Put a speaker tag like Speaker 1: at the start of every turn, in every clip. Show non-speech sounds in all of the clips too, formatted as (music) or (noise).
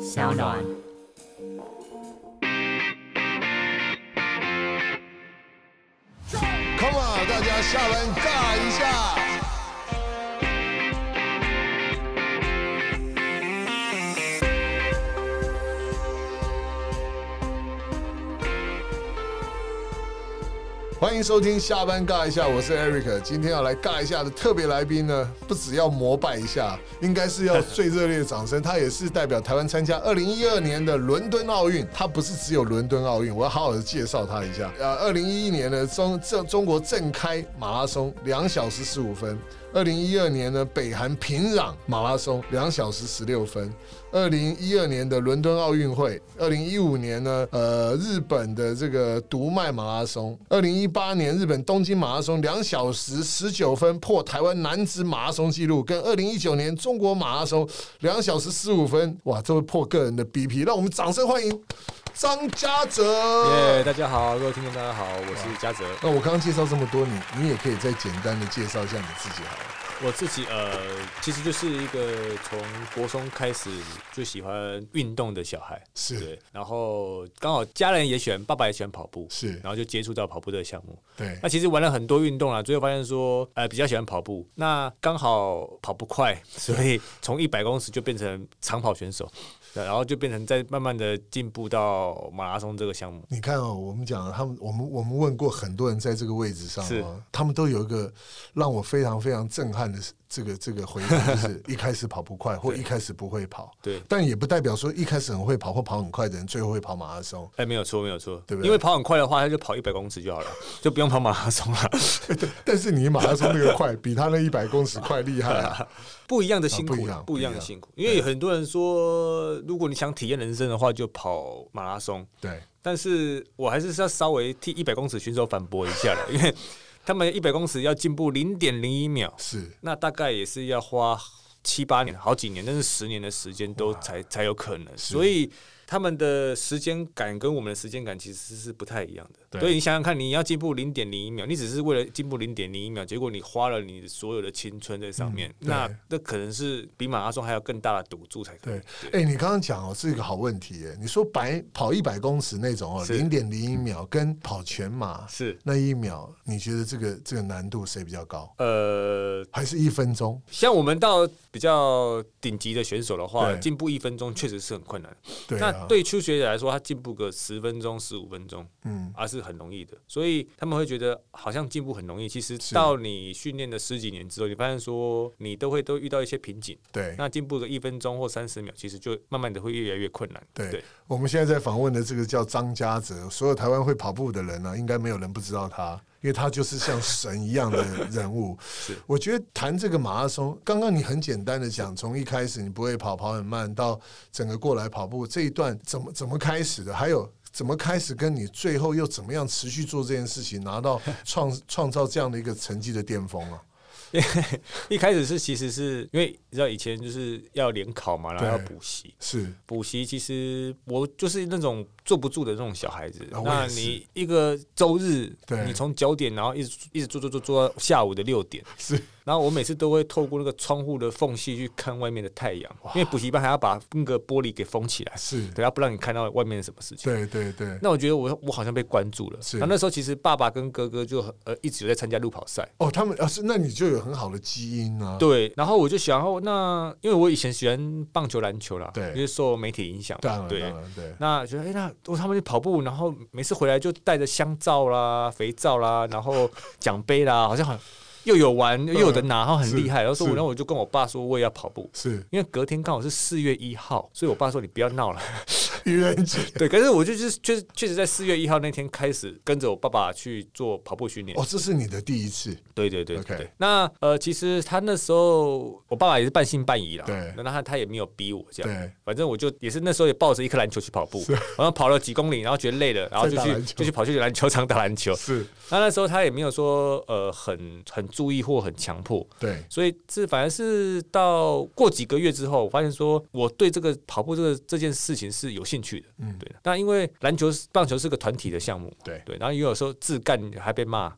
Speaker 1: 小暖。
Speaker 2: Come on，大家下班尬一下。欢迎收听下班尬一下，我是 Eric。今天要来尬一下的特别来宾呢，不只要膜拜一下，应该是要最热烈的掌声。他也是代表台湾参加二零一二年的伦敦奥运，他不是只有伦敦奥运，我要好好的介绍他一下。呃，二零一一年呢，中正中国正开马拉松两小时十五分。二零一二年呢，北韩平壤马拉松两小时十六分；二零一二年的伦敦奥运会；二零一五年呢，呃，日本的这个读卖马拉松；二零一八年日本东京马拉松两小时十九分破台湾男子马拉松纪录，跟二零一九年中国马拉松两小时十五分，哇，这会破个人的 BP，让我们掌声欢迎张家泽。
Speaker 3: 耶大家好，各位听众大家好，我是嘉泽。
Speaker 2: 那我刚刚介绍这么多你，你也可以再简单的介绍一下你自己好了。
Speaker 3: 我自己呃，其实就是一个从国中开始就喜欢运动的小孩，
Speaker 2: 是
Speaker 3: 对。然后刚好家人也喜欢，爸爸也喜欢跑步，
Speaker 2: 是
Speaker 3: 然后就接触到跑步的项目。
Speaker 2: 对
Speaker 3: 那，其实玩了很多运动啦，最后发现说，呃，比较喜欢跑步。那刚好跑不快，所以从一百公尺就变成长跑选手，对然后就变成在慢慢的进步到马拉松这个项目。
Speaker 2: 你看哦，我们讲他们，我们我们问过很多人在这个位置上
Speaker 3: 是
Speaker 2: 哦，他们都有一个让我非常非常震撼的这个这个回答，
Speaker 3: (laughs)
Speaker 2: 就是一开始跑不快，或一开始不会跑，
Speaker 3: 对
Speaker 2: 但也不代表说一开始很会跑或跑很快的人最后会跑马拉松。
Speaker 3: 哎，没有错，没有错，
Speaker 2: 对不对
Speaker 3: 因为跑很快的话，他就跑一百公尺就好了，就不用跑马拉松了。
Speaker 2: 但是你马拉松那个快，比他那一百公尺快厉害
Speaker 3: (laughs)
Speaker 2: 啊！
Speaker 3: 不一样的辛苦
Speaker 2: 啊不一
Speaker 3: 啦
Speaker 2: 样，
Speaker 3: 不一样的辛苦。因为有很多人说，如果你想体验人生的话，就跑马拉松。
Speaker 2: 对，
Speaker 3: 但是我还是要稍微替一百公尺选手反驳一下了，因为他们一百公尺要进步零点零一秒，
Speaker 2: 是
Speaker 3: 那大概也是要花七八年、好几年，甚至十年的时间都才才有可能。所以他们的时间感跟我们的时间感其实是不太一样的。
Speaker 2: 对
Speaker 3: 所以你想想看，你要进步零点零一秒，你只是为了进步零点零一秒，结果你花了你所有的青春在上面，
Speaker 2: 嗯
Speaker 3: 那
Speaker 2: 对
Speaker 3: 那可能是比马拉松还要更大的赌注才可
Speaker 2: 对
Speaker 3: 以。，
Speaker 2: 哎、你刚刚讲哦，是一个好问题耶。你说白跑一百公尺那种哦，
Speaker 3: 是
Speaker 2: 零点零一秒跟跑全马
Speaker 3: 是
Speaker 2: 那一秒，你觉得这个这个难度谁比较高？
Speaker 3: 呃，
Speaker 2: 还是一分钟？
Speaker 3: 像我们到比较顶级的选手的话，
Speaker 2: 对
Speaker 3: 进步一分钟确实是很困难。
Speaker 2: 对啊
Speaker 3: 那，对初学者来说，他进步个十分钟、十五分钟，
Speaker 2: 嗯，
Speaker 3: 啊，是很容易的，所以他们会觉得好像进步很容易。其实
Speaker 2: 是
Speaker 3: 到你训练的十几年之后，你发现说你都会都遇到一些瓶颈，
Speaker 2: 对
Speaker 3: 那进步个一分钟或三十秒，其实就慢慢的会越来越困难。
Speaker 2: 对。我们现在在访问的这个叫张家泽，所有台湾会跑步的人呢、应该没有人不知道他，因为他就是像神一样的人物。
Speaker 3: (laughs) 是
Speaker 2: 我觉得谈这个马拉松，刚刚你很简单的讲，从一开始你不会跑，跑很慢，到整个过来跑步这一段，怎么怎么开始的？还有怎么开始跟你最后又怎么样持续做这件事情，拿到创 (laughs) 创造这样的一个成绩的巅峰啊？
Speaker 3: 一开始是其实是因为你知道以前就是要联考嘛，然后
Speaker 2: 对
Speaker 3: 要补习。
Speaker 2: 是
Speaker 3: 补习其实我就是那种坐不住的那种小孩子。
Speaker 2: 啊我也
Speaker 3: 那
Speaker 2: 是
Speaker 3: 你一个周日
Speaker 2: 对，
Speaker 3: 你从九点然后一直一直坐坐坐坐到下午的六点，
Speaker 2: (laughs) 是，
Speaker 3: 然后我每次都会透过那个窗户的缝隙去看外面的太阳，因为补习班还要把那个玻璃给封起来，
Speaker 2: 是
Speaker 3: 对，他不让你看到外面什么事情。
Speaker 2: 对对对，
Speaker 3: 那我觉得我我好像被关注了。
Speaker 2: 是
Speaker 3: 然后那时候其实爸爸跟哥哥就很呃一直有在参加路跑赛，
Speaker 2: 哦，他们啊是，那你就有很好的基因啊。
Speaker 3: 对。然后我就想，哦，那因为我以前喜欢棒球、篮球啦，
Speaker 2: 对
Speaker 3: 因为受媒体影响
Speaker 2: 当然
Speaker 3: 嘛，
Speaker 2: 了
Speaker 3: 对
Speaker 2: 当。然对。
Speaker 3: 那觉得哎、那我他们去跑步，然后每次回来就带着香皂啦、肥皂啦，然后奖杯啦，好像很又有玩又有的拿，然后很厉害。然后说，
Speaker 2: 是
Speaker 3: 然后我就跟我爸说，我也要跑步。
Speaker 2: 是 (laughs)
Speaker 3: 因为隔天刚好是四月一号，所以我爸说你不要闹了。
Speaker 2: 愚人节
Speaker 3: (laughs) 对，可是我就是确实确实在四月一号那天开始跟着我爸爸去做跑步训练。
Speaker 2: 哦，这是你的第一次，
Speaker 3: 对对对
Speaker 2: OK
Speaker 3: 对。那呃，其实他那时候我爸爸也是半信半疑啦，
Speaker 2: 对
Speaker 3: 那他他也没有逼我这样
Speaker 2: 对，
Speaker 3: 反正我就也是那时候也抱着一颗篮球去跑步，然后跑了几公里，然后觉得累了，然后就
Speaker 2: 再打
Speaker 3: 去
Speaker 2: 篮球
Speaker 3: 就去跑去篮球场打篮球。
Speaker 2: 是
Speaker 3: 那那时候他也没有说呃很很注意或很强迫，
Speaker 2: 对
Speaker 3: 所以这反而是到过几个月之后，我发现说我对这个跑步这个这件事情是有兴趣的。
Speaker 2: 嗯
Speaker 3: 对，那因为篮球、棒球是个团体的项目，
Speaker 2: 对
Speaker 3: 对，然后也有时候自干还
Speaker 2: (laughs)
Speaker 3: 被骂，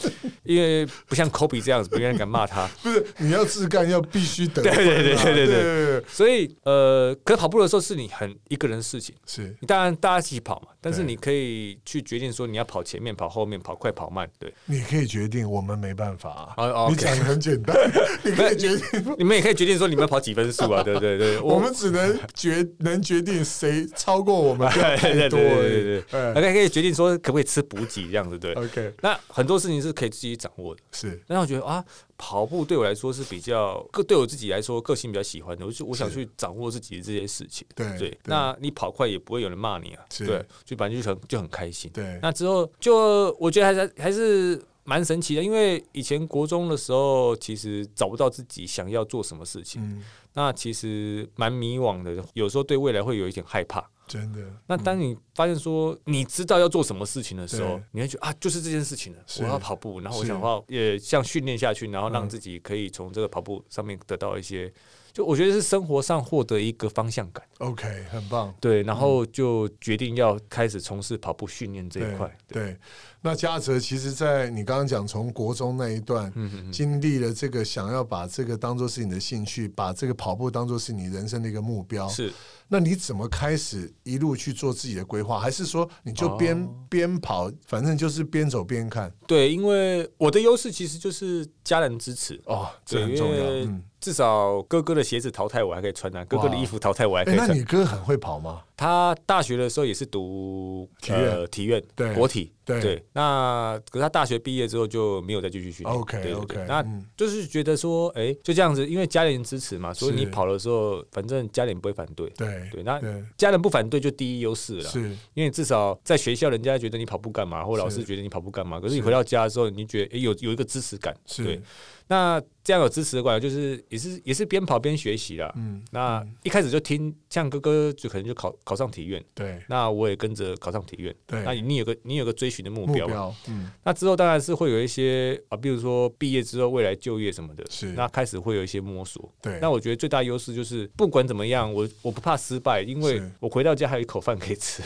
Speaker 3: 对，因为不像 Kobe 这样子，别人敢骂他，
Speaker 2: 不是你要自干要必须得分啊，
Speaker 3: 对对对对对对
Speaker 2: 对，
Speaker 3: 所以呃，可是跑步的时候是你很一个人的事情，
Speaker 2: 是
Speaker 3: 你当然大家一起跑嘛，但是
Speaker 2: 对
Speaker 3: 你可以去决定说你要跑前面、跑后面、跑快、跑慢，对，
Speaker 2: 你可以决定，我们没办法啊
Speaker 3: 哦哦，OK
Speaker 2: 你讲的很简
Speaker 3: (laughs)
Speaker 2: 单，你可以决定。
Speaker 3: 你们也可以决定说你们要跑几分数
Speaker 2: (laughs)
Speaker 3: 啊，对对对，
Speaker 2: 嗯我们只能决能决定谁超过我们
Speaker 3: (laughs) 对
Speaker 2: 太
Speaker 3: 对对
Speaker 2: 多
Speaker 3: 对对，
Speaker 2: 而
Speaker 3: 大
Speaker 2: 已。
Speaker 3: 概可以决定说可不可以吃补给这样子，对
Speaker 2: 哎，OK，
Speaker 3: 那很多事情是可以自己掌握的。
Speaker 2: 是
Speaker 3: 然后我觉得啊，跑步对我来说是比较个对我自己来说个性比较喜欢的，我就我想去掌握自己的这些事情。
Speaker 2: 对
Speaker 3: 对
Speaker 2: 哎对，
Speaker 3: 那你跑快也不会有人骂你啊，
Speaker 2: 是
Speaker 3: 对，就反正就很就很开心。
Speaker 2: 对
Speaker 3: 那之后就我觉得还是还是蛮神奇的，因为以前国中的时候其实找不到自己想要做什么事情，
Speaker 2: 嗯，
Speaker 3: 那其实蛮迷惘的，有时候对未来会有一点害怕。
Speaker 2: 真的。
Speaker 3: 那当你发现说你知道要做什么事情的时候
Speaker 2: 嗯对，
Speaker 3: 你会觉得啊，就是这件事情了，
Speaker 2: 是
Speaker 3: 我要跑步，然后我
Speaker 2: 是
Speaker 3: 想要也像训练下去，然后让
Speaker 2: 嗯
Speaker 3: 自己可以从这个跑步上面得到一些，就我觉得是生活上获得一个方向感，
Speaker 2: 嗯 OK，很棒。
Speaker 3: 对，然后就决定要开始从事跑步训练这一块，
Speaker 2: 对，对那嘉泽其实，在你刚刚讲从国中那一段，
Speaker 3: 嗯嗯
Speaker 2: 经历了这个想要把这个当做是你的兴趣，把这个跑步当做是你人生的一个目标
Speaker 3: 嗯，。是
Speaker 2: 那你怎么开始一路去做自己的规划？还是说你就边、
Speaker 3: 哦
Speaker 2: 边跑，反正就是边走边看？
Speaker 3: 对，因为我的优势其实就是家人支持。
Speaker 2: 哦，这
Speaker 3: 对，
Speaker 2: 很
Speaker 3: 因
Speaker 2: 重要。
Speaker 3: 为
Speaker 2: 嗯，
Speaker 3: 至少哥哥的鞋子淘汰我还可以穿啊，哥哥的
Speaker 2: 哇
Speaker 3: 衣服淘汰我还可
Speaker 2: 哎、
Speaker 3: 以
Speaker 2: 那
Speaker 3: 穿。
Speaker 2: 你哥很会跑吗？
Speaker 3: 他大学的时候也是读
Speaker 2: 体院
Speaker 3: 呃、体院
Speaker 2: 对
Speaker 3: 国体
Speaker 2: 对
Speaker 3: 那可是他大学毕业之后就没有再继续训练。
Speaker 2: OK，
Speaker 3: 对对
Speaker 2: OK，
Speaker 3: 对那
Speaker 2: 嗯
Speaker 3: 就是觉得说，哎、就这样子，因为家里人支持嘛，所以
Speaker 2: 是
Speaker 3: 你跑的时候，反正家里人不会反对。
Speaker 2: 对
Speaker 3: 对，那啊
Speaker 2: 对
Speaker 3: 家人不反对就第一优势了，
Speaker 2: 是
Speaker 3: 因为至少在学校人家觉得你跑步干嘛，或老师
Speaker 2: 是
Speaker 3: 觉得你跑步干嘛，可是你
Speaker 2: 是
Speaker 3: 回到家的时候，你觉得哎、诶有有一个支持感，对
Speaker 2: 是，，
Speaker 3: 那这样有支持的感觉，就是也是也是边跑边学习啦。
Speaker 2: 嗯，
Speaker 3: 那一开始就听，像哥哥就可能就考考上体院，
Speaker 2: 对
Speaker 3: 那我也跟着考上体院。
Speaker 2: 对，
Speaker 3: 那你有个你有个追寻的目
Speaker 2: 目
Speaker 3: 标嘛，
Speaker 2: 标嗯
Speaker 3: 那之后当然是会有一些啊，比如说毕业之后未来就业什么的，
Speaker 2: 是
Speaker 3: 那开始会有一些摸索。
Speaker 2: 对，
Speaker 3: 那我觉得最大优势就是不管怎么样，我我不怕失败，因为
Speaker 2: 是
Speaker 3: 我回到家还有一口饭可
Speaker 2: (laughs)
Speaker 3: 以吃。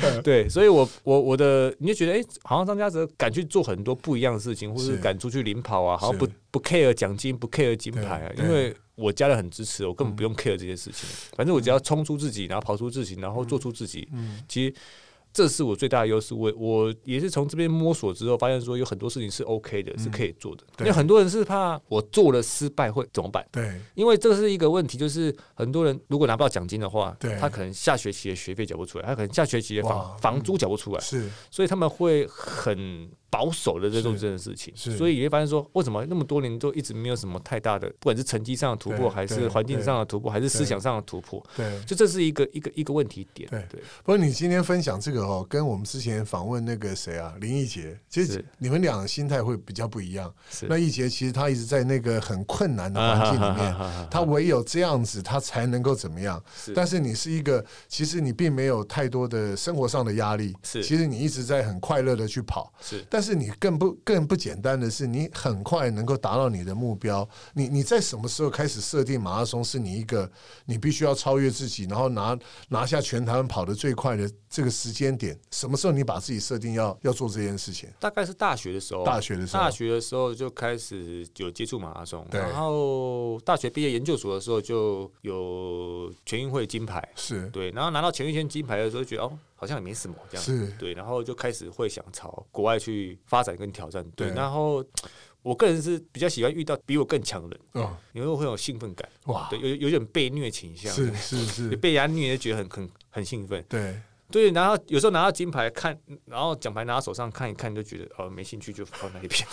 Speaker 3: 对对，所以我我我的你就觉得哎、诶好像张家泽敢去做很多不一样的事情，或是
Speaker 2: 是
Speaker 3: 敢出去领跑啊，好像不
Speaker 2: 是
Speaker 3: 不 care 奖金，不 care 金牌啊，
Speaker 2: 对嗯
Speaker 3: 因为。我家人很支持，我根本不用 care 这些事情。反正我只要冲出自己，然后跑出自己，然后做出自己。
Speaker 2: 嗯
Speaker 3: 其实这是我最大的优势。我我也是从这边摸索之后，发现说有很多事情是 OK 的，是可以做的。因
Speaker 2: 嗯对
Speaker 3: 为很多人是怕我做了失败会怎么办？
Speaker 2: 对
Speaker 3: 因为这是一个问题，就是很多人如果拿不到奖金的话
Speaker 2: 对，
Speaker 3: 他可能下学期的学费缴不出来，他可能下学期的
Speaker 2: 哇
Speaker 3: 房房租缴不出来，
Speaker 2: 是
Speaker 3: 所以他们会很保守的在做这件事情。
Speaker 2: 是是
Speaker 3: 所以你会发现说，为什么那么多年都一直没有什么太大的，不管是成绩上的突
Speaker 2: 对
Speaker 3: 破，还
Speaker 2: 对
Speaker 3: 是环境上的突破，还是思想上的突破，
Speaker 2: 对。
Speaker 3: 就这是一个一个一个问题点。
Speaker 2: 对
Speaker 3: 对
Speaker 2: 不过你今天分享这个哦，跟我们之前访问那个谁啊，林奕杰，其实
Speaker 3: 是
Speaker 2: 你们俩心态会比较不一样。
Speaker 3: 是啊
Speaker 2: 那奕杰其实他一直在那个很困难的环境里面，
Speaker 3: 面，
Speaker 2: 他唯有这样子，他才能够怎么样？
Speaker 3: 是
Speaker 2: 但是你是一个，其实你并没有太多的生活上的压力，
Speaker 3: 是
Speaker 2: 其实你一直在很快乐的去跑。
Speaker 3: 是
Speaker 2: 但是你更不更不简单的是，你很快能够达到你的目标。你你在什么时候开始设定马拉松是你一个你必须要超越自己，然后拿拿下全台湾跑得最快的这个时间点？什么时候你把自己设定要要做这件事情？
Speaker 3: 大概是大学的时候，
Speaker 2: 大学的时候
Speaker 3: 大学的时候就开始有接触马拉松，
Speaker 2: 对
Speaker 3: 然后大学毕业研究所的时候就有全运会金牌，
Speaker 2: 是
Speaker 3: 对，然后拿到全运会金牌的时候，觉得哦，好像也没什么这样，
Speaker 2: 是
Speaker 3: 对，然后就开始会想朝国外去发展跟挑战，对，
Speaker 2: 对
Speaker 3: 然后我个人是比较喜欢遇到比我更强的人，
Speaker 2: 哦，
Speaker 3: 因为会有兴奋感，
Speaker 2: 哇，
Speaker 3: 对，有有点被虐倾向，
Speaker 2: 是是，
Speaker 3: 就是被人家虐就觉得很很很兴奋，
Speaker 2: 对
Speaker 3: 对，然后有时候拿到金牌看，然后奖牌拿到手上看一看，就觉得呃没兴趣，就放那一边。 (laughs)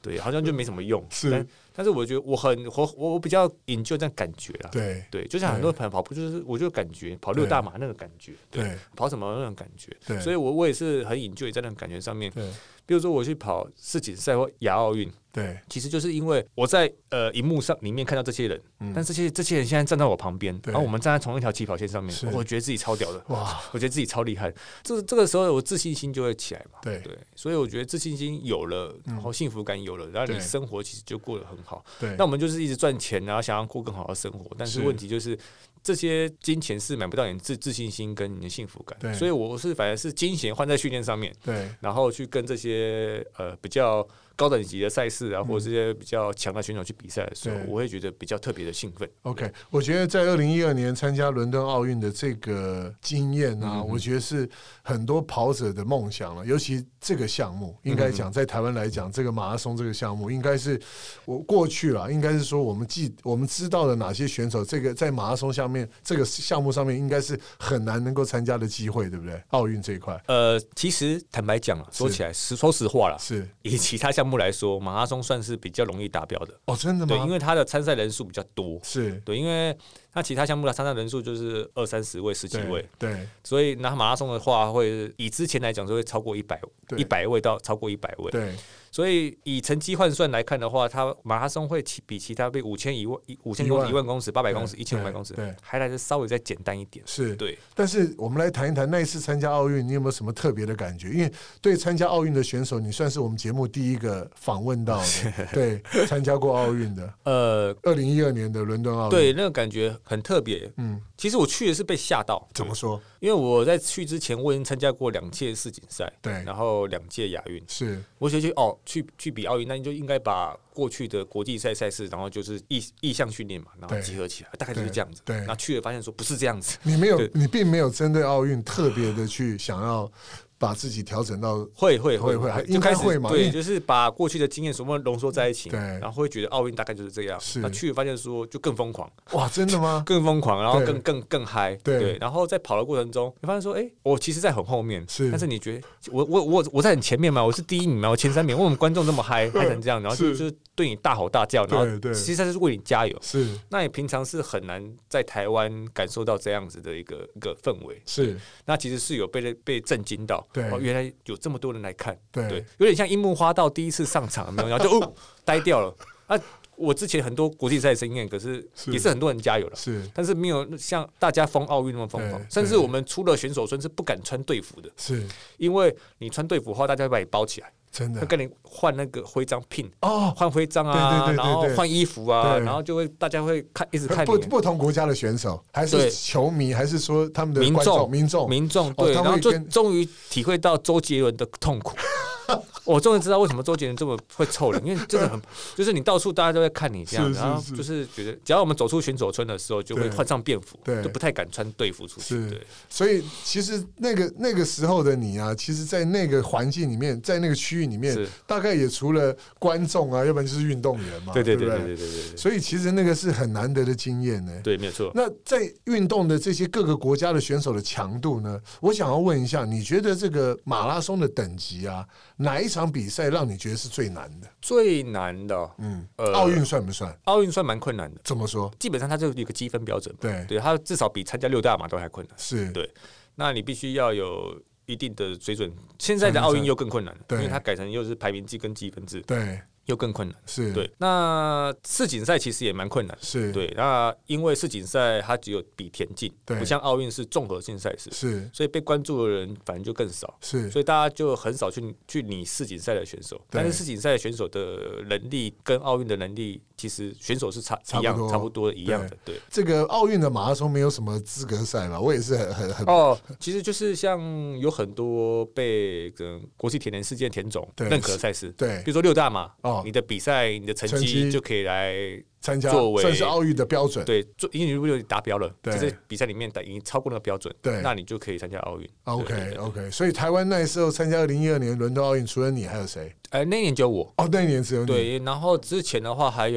Speaker 3: 对，好像就没什么用。
Speaker 2: 是
Speaker 3: 但但是我觉得我很我我我比较引就这样感觉啦。
Speaker 2: 对
Speaker 3: 对，就像很多朋友跑步，就是我就感觉跑六
Speaker 2: 对
Speaker 3: 大马那个感觉，对，
Speaker 2: 对
Speaker 3: 跑什么那种感觉，
Speaker 2: 对
Speaker 3: 所以我我也是很引就在那种感觉上面。
Speaker 2: 对
Speaker 3: 比如说我去跑世锦赛或亚奥运，
Speaker 2: 对，
Speaker 3: 其实就是因为我在呃荧幕上里面看到这些人，
Speaker 2: 嗯
Speaker 3: 但这些这些人现在站在我旁边，
Speaker 2: 对
Speaker 3: 然后我们站在同一条起跑线上面
Speaker 2: 是，
Speaker 3: 我觉得自己超屌的，
Speaker 2: 哇，
Speaker 3: 我觉得自己超厉害。这这个时候我自信心就会起来嘛。
Speaker 2: 对嗯
Speaker 3: 对，所以我觉得自信心有了，然后幸福感有了，然后你
Speaker 2: 对
Speaker 3: 生活其实就过得很好。
Speaker 2: 对
Speaker 3: 啊那我们就是一直赚钱，然后想要过更好的生活，但是
Speaker 2: 是
Speaker 3: 问题就是这些金钱是买不到你自自信心跟你的幸福
Speaker 2: 对
Speaker 3: 感，所以我是反而是金钱换在训练上面，
Speaker 2: 对
Speaker 3: 然后去跟这些呃比较高等级的赛事啊，或者这些比较强的选手去比赛的时候
Speaker 2: 嗯对，
Speaker 3: 我会觉得比较特别的兴奋。
Speaker 2: ，OK，我觉得在二零一二年参加伦敦奥运的这个经验啊，我觉得是很多跑者的梦想了。尤其这个项目，应该讲在台湾来讲，这个马拉松这个项目，应该是我过去了，应该是说我们记我们知道的哪些选手，这个在马拉松上面这个项目上面，应该是很难能够参加的机会，对不对？奥运这一块
Speaker 3: 呃，其实坦白讲了，说
Speaker 2: 是
Speaker 3: 起来实说实话了，
Speaker 2: 是
Speaker 3: 以其他项目来说，马拉松算是比较容易达标的，
Speaker 2: 哦，真的
Speaker 3: 对，因
Speaker 2: 吗？
Speaker 3: 为它的参赛人数比较多，
Speaker 2: 是
Speaker 3: 对，因为它其他项目的参赛人数就是二三十位、十几
Speaker 2: 对
Speaker 3: 位，
Speaker 2: 对
Speaker 3: 所以拿马拉松的话会以之前来讲，就会超过一百
Speaker 2: 对
Speaker 3: 一百位到超过一百位，
Speaker 2: 对
Speaker 3: 所以以成绩换算来看的话，它马拉松会其比其他被五千一万五千公
Speaker 2: 一万
Speaker 3: 一万公尺、八百公尺、
Speaker 2: 对
Speaker 3: 一千五百公尺
Speaker 2: 对对
Speaker 3: 还来的稍微再简单一点，
Speaker 2: 是。
Speaker 3: 对。
Speaker 2: 但是我们来谈一谈那一次参加奥运，你有没有什么特别的感觉？因为对参加奥运的选手，你算是我们节目第一个访问到的，
Speaker 3: (laughs)
Speaker 2: 对，参加过奥运的，
Speaker 3: 呃，
Speaker 2: 二零一二年的伦敦奥运。，
Speaker 3: 对，那个感觉很特别。
Speaker 2: 嗯，
Speaker 3: 其实我去的是被吓到，
Speaker 2: 怎么说？
Speaker 3: 因为我在去之前我已经参加过两届世锦赛，
Speaker 2: 对，
Speaker 3: 然后两届亚运，
Speaker 2: 是
Speaker 3: 我觉得就哦，去去比奥运，那你就应该把过去的国际赛赛事，然后就是意意向训练嘛，然后
Speaker 2: 对
Speaker 3: 集合起来，大概就是这样子。
Speaker 2: 对对
Speaker 3: 然后去了发现说不是这样子，
Speaker 2: 你没有
Speaker 3: 对，
Speaker 2: 你并没有针对奥运特别的去想要把自己调整到
Speaker 3: 会会
Speaker 2: 会会
Speaker 3: 会，
Speaker 2: 应
Speaker 3: 就
Speaker 2: 该
Speaker 3: 开始
Speaker 2: 会嘛因为
Speaker 3: 对，就是把过去的经验什么浓缩在一起，
Speaker 2: 对
Speaker 3: 然后会觉得奥运大概就是这样。
Speaker 2: 是
Speaker 3: 那去了发现说就更疯狂，
Speaker 2: 哇，真的吗？
Speaker 3: 更疯狂，然后
Speaker 2: 对
Speaker 3: 更更更嗨，
Speaker 2: 对
Speaker 3: 然后在跑的过程中，你发现说，哎、我其实，在很后面，
Speaker 2: 是
Speaker 3: 但是你觉得我我我我在很前面嘛，我是第一名嘛，我前三名，为什么观众那么嗨，嗨成这样，然后就是就是对你大吼大叫，然后
Speaker 2: 对对
Speaker 3: 其实他是为你加油。
Speaker 2: 是
Speaker 3: 那你平常是很难在台湾感受到这样子的一个一个氛围，
Speaker 2: 是，
Speaker 3: 那其实是有被被震惊到，
Speaker 2: 对
Speaker 3: 哦，原来有这么多人来看，
Speaker 2: 对
Speaker 3: 对，有点像樱木花道第一次上场，有没有，然后就哦呆掉了。啊，我之前很多国际赛经验，可是
Speaker 2: 是
Speaker 3: 也是很多人加油了，
Speaker 2: 是
Speaker 3: 但是没有像大家封奥运那么疯狂
Speaker 2: 对，
Speaker 3: 甚至
Speaker 2: 对
Speaker 3: 我们出了选手村是不敢穿队服的，
Speaker 2: 是，
Speaker 3: 因为你穿队服的话，大家会把你包起来，
Speaker 2: 真
Speaker 3: 会
Speaker 2: 的
Speaker 3: 跟你换那个徽章 pin，
Speaker 2: 哦。
Speaker 3: 换徽章
Speaker 2: 对
Speaker 3: 啊，
Speaker 2: 对对对
Speaker 3: 然后
Speaker 2: 对
Speaker 3: 换衣服啊，
Speaker 2: 对
Speaker 3: 然后就会大家会看一直看
Speaker 2: 不
Speaker 3: 你。
Speaker 2: 不同国家的选手，还是
Speaker 3: 对
Speaker 2: 球迷，还是说他们的
Speaker 3: 民
Speaker 2: 观众
Speaker 3: 众，
Speaker 2: 民众
Speaker 3: 民众
Speaker 2: 哦
Speaker 3: 对，
Speaker 2: 他
Speaker 3: 然后
Speaker 2: 会
Speaker 3: 就
Speaker 2: 跟
Speaker 3: 终于体会到周杰伦的痛
Speaker 2: (laughs)
Speaker 3: 苦。我终于知道为什么周杰伦这么会臭了，因为真
Speaker 2: (laughs)
Speaker 3: 的很，就是你到处大家都在看你这样，
Speaker 2: 是是
Speaker 3: 然后
Speaker 2: 是
Speaker 3: 就是觉得，只要我们走出选手村的时候，就会
Speaker 2: 对
Speaker 3: 换上便服
Speaker 2: 对，
Speaker 3: 就不太敢穿队服出去
Speaker 2: 是。
Speaker 3: 对，
Speaker 2: 所以其实那个那个时候的你啊，其实，在那个环境里面，在那个区域里面
Speaker 3: 是，
Speaker 2: 大概也除了观众啊，要不然就是运动员嘛，
Speaker 3: 对对
Speaker 2: 不
Speaker 3: 对对对对对对
Speaker 2: 所以其实那个是很难得的经验呢、
Speaker 3: 对，没有错。
Speaker 2: 那在运动的这些各个国家的选手的强度呢？我想要问一下，你觉得这个马拉松的等级啊，哪一场比赛让你觉得是最难的？
Speaker 3: 最难的，
Speaker 2: 嗯，
Speaker 3: 呃
Speaker 2: 奥运算不算？
Speaker 3: 奥运算蛮困难的，
Speaker 2: 这么说，
Speaker 3: 基本上它就有一个积分标准嘛，
Speaker 2: 对，
Speaker 3: 对，它至少比参加六大马都还困难。
Speaker 2: 是，
Speaker 3: 对那你必须要有一定的水准。现在的奥运又更困难了，
Speaker 2: 对
Speaker 3: 因为它改成又是排名制跟积分制，
Speaker 2: 对，
Speaker 3: 又更困难。
Speaker 2: 是，
Speaker 3: 对，那世锦赛其实也蛮困难的。
Speaker 2: 是，
Speaker 3: 对，那因为世锦赛它只有比田径，
Speaker 2: 对
Speaker 3: 不像奥运是综合性赛事，
Speaker 2: 是，
Speaker 3: 所以被关注的人反正就更少，
Speaker 2: 是，
Speaker 3: 所以大家就很少去去拟世锦赛的选手。但是世锦赛的选手的能力跟奥运的能力，其实选手是差
Speaker 2: 差不
Speaker 3: 一样
Speaker 2: 多
Speaker 3: 差不多一样的。对，
Speaker 2: 这个奥运的马拉松没有什么资格赛吧？我也是很很很
Speaker 3: 哦，其实就是像有很多被可能国际田联世界田总
Speaker 2: 对
Speaker 3: 认可的赛事，
Speaker 2: 对
Speaker 3: 比如说六大嘛，
Speaker 2: 哦
Speaker 3: 你的比赛你的成
Speaker 2: 成绩
Speaker 3: 绩就可以来
Speaker 2: 参加，
Speaker 3: 作为
Speaker 2: 算是奥运的标准。
Speaker 3: 对，做因为如果你达标了，
Speaker 2: 对
Speaker 3: 就是比赛里面已经超过那个标准，
Speaker 2: 对
Speaker 3: 那你就可以参加奥运。对对
Speaker 2: 啊 OK
Speaker 3: 对
Speaker 2: OK，所以台湾那时候参加二零一二年伦敦奥运，除了你还有谁？
Speaker 3: 呃，那一年只有我。
Speaker 2: 哦，那一年只有你。
Speaker 3: 对，然后之前的话还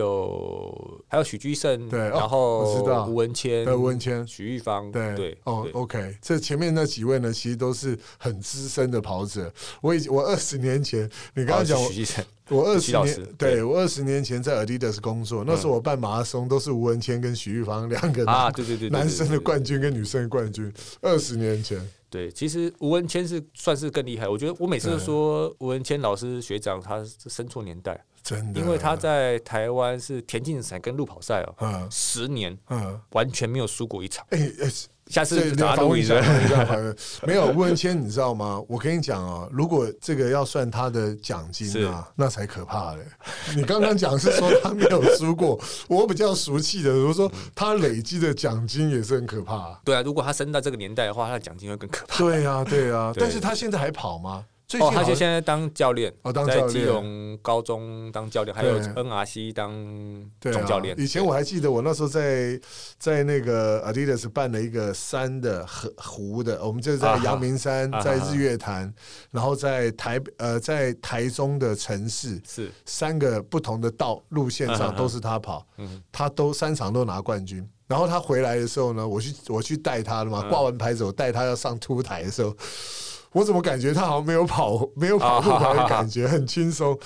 Speaker 3: 有还有许居胜，
Speaker 2: 对哦
Speaker 3: 然
Speaker 2: 我知道
Speaker 3: 后吴文谦、
Speaker 2: 对，吴呃文谦。
Speaker 3: 许玉芳，
Speaker 2: 对
Speaker 3: 对，
Speaker 2: 哦
Speaker 3: 对
Speaker 2: ，OK，这前面那几位呢，其实都是很资深的跑者。我已我二十年前，你刚刚讲
Speaker 3: 哦
Speaker 2: 我
Speaker 3: 许居胜，
Speaker 2: 我二十
Speaker 3: 徐老师
Speaker 2: 年，
Speaker 3: 对嗯
Speaker 2: 对我二十年前在 Adidas 工作，那时候我办马拉松都是吴文谦跟许玉芳两个
Speaker 3: 啊
Speaker 2: 男
Speaker 3: 对对对对对
Speaker 2: 男生的
Speaker 3: 对对
Speaker 2: 冠军跟女生的冠军。二十年前，
Speaker 3: 对，其实吴文谦是算是更厉害。我觉得我每次都说吴文谦老师学长他是生错年代，
Speaker 2: 真的，啊
Speaker 3: 因为他在台湾是田径赛跟路跑赛哦，
Speaker 2: 嗯
Speaker 3: 十年
Speaker 2: 嗯，
Speaker 3: 完全没有输过一场。
Speaker 2: 哎、哎
Speaker 3: 下
Speaker 2: 所以
Speaker 3: 次
Speaker 2: 你
Speaker 3: 找
Speaker 2: 要
Speaker 3: 他
Speaker 2: 访
Speaker 3: 录
Speaker 2: 问一
Speaker 3: 影
Speaker 2: 下，
Speaker 3: 是不
Speaker 2: 访问
Speaker 3: 是
Speaker 2: 一下，访问一 (laughs) 下没有吴文谦，你知道吗？我跟你讲啊，如果这个要算他的奖金啊，那才可怕嘞。你刚刚讲是说他没有输过，我比较俗气的，我说他累积的奖金也是很可怕、
Speaker 3: 对啊，如果他生到这个年代的话，他的奖金会更可怕。
Speaker 2: 对啊，对啊，
Speaker 3: 对
Speaker 2: 但是他现在还跑吗？最近
Speaker 3: 哦，
Speaker 2: 好
Speaker 3: 他
Speaker 2: 像
Speaker 3: 就现在当教练，
Speaker 2: 哦当教
Speaker 3: 在
Speaker 2: 练
Speaker 3: 基隆高中当教练，还有
Speaker 2: 对
Speaker 3: NRC 当
Speaker 2: 对
Speaker 3: 总
Speaker 2: 啊
Speaker 3: 教练。
Speaker 2: 以前我还记得，我那时候在在那个 Adidas 办了一个山的河湖的，我们就是在
Speaker 3: 啊哈
Speaker 2: 阳明山，
Speaker 3: 啊哈
Speaker 2: 在日月潭，然后在台呃在台中的城市。
Speaker 3: 是
Speaker 2: 三个不同的道路线
Speaker 3: 啊
Speaker 2: 上都是他跑，
Speaker 3: 嗯
Speaker 2: 他都三场都拿冠军。然后他回来的时候呢，我去我去带他了嘛，
Speaker 3: 嗯
Speaker 2: 挂完牌子我带他要上凸台的时候，我怎么感觉他好像没有跑没有跑
Speaker 3: 啊
Speaker 2: 步跑
Speaker 3: 哈
Speaker 2: 的
Speaker 3: 哈
Speaker 2: 感觉，很轻松。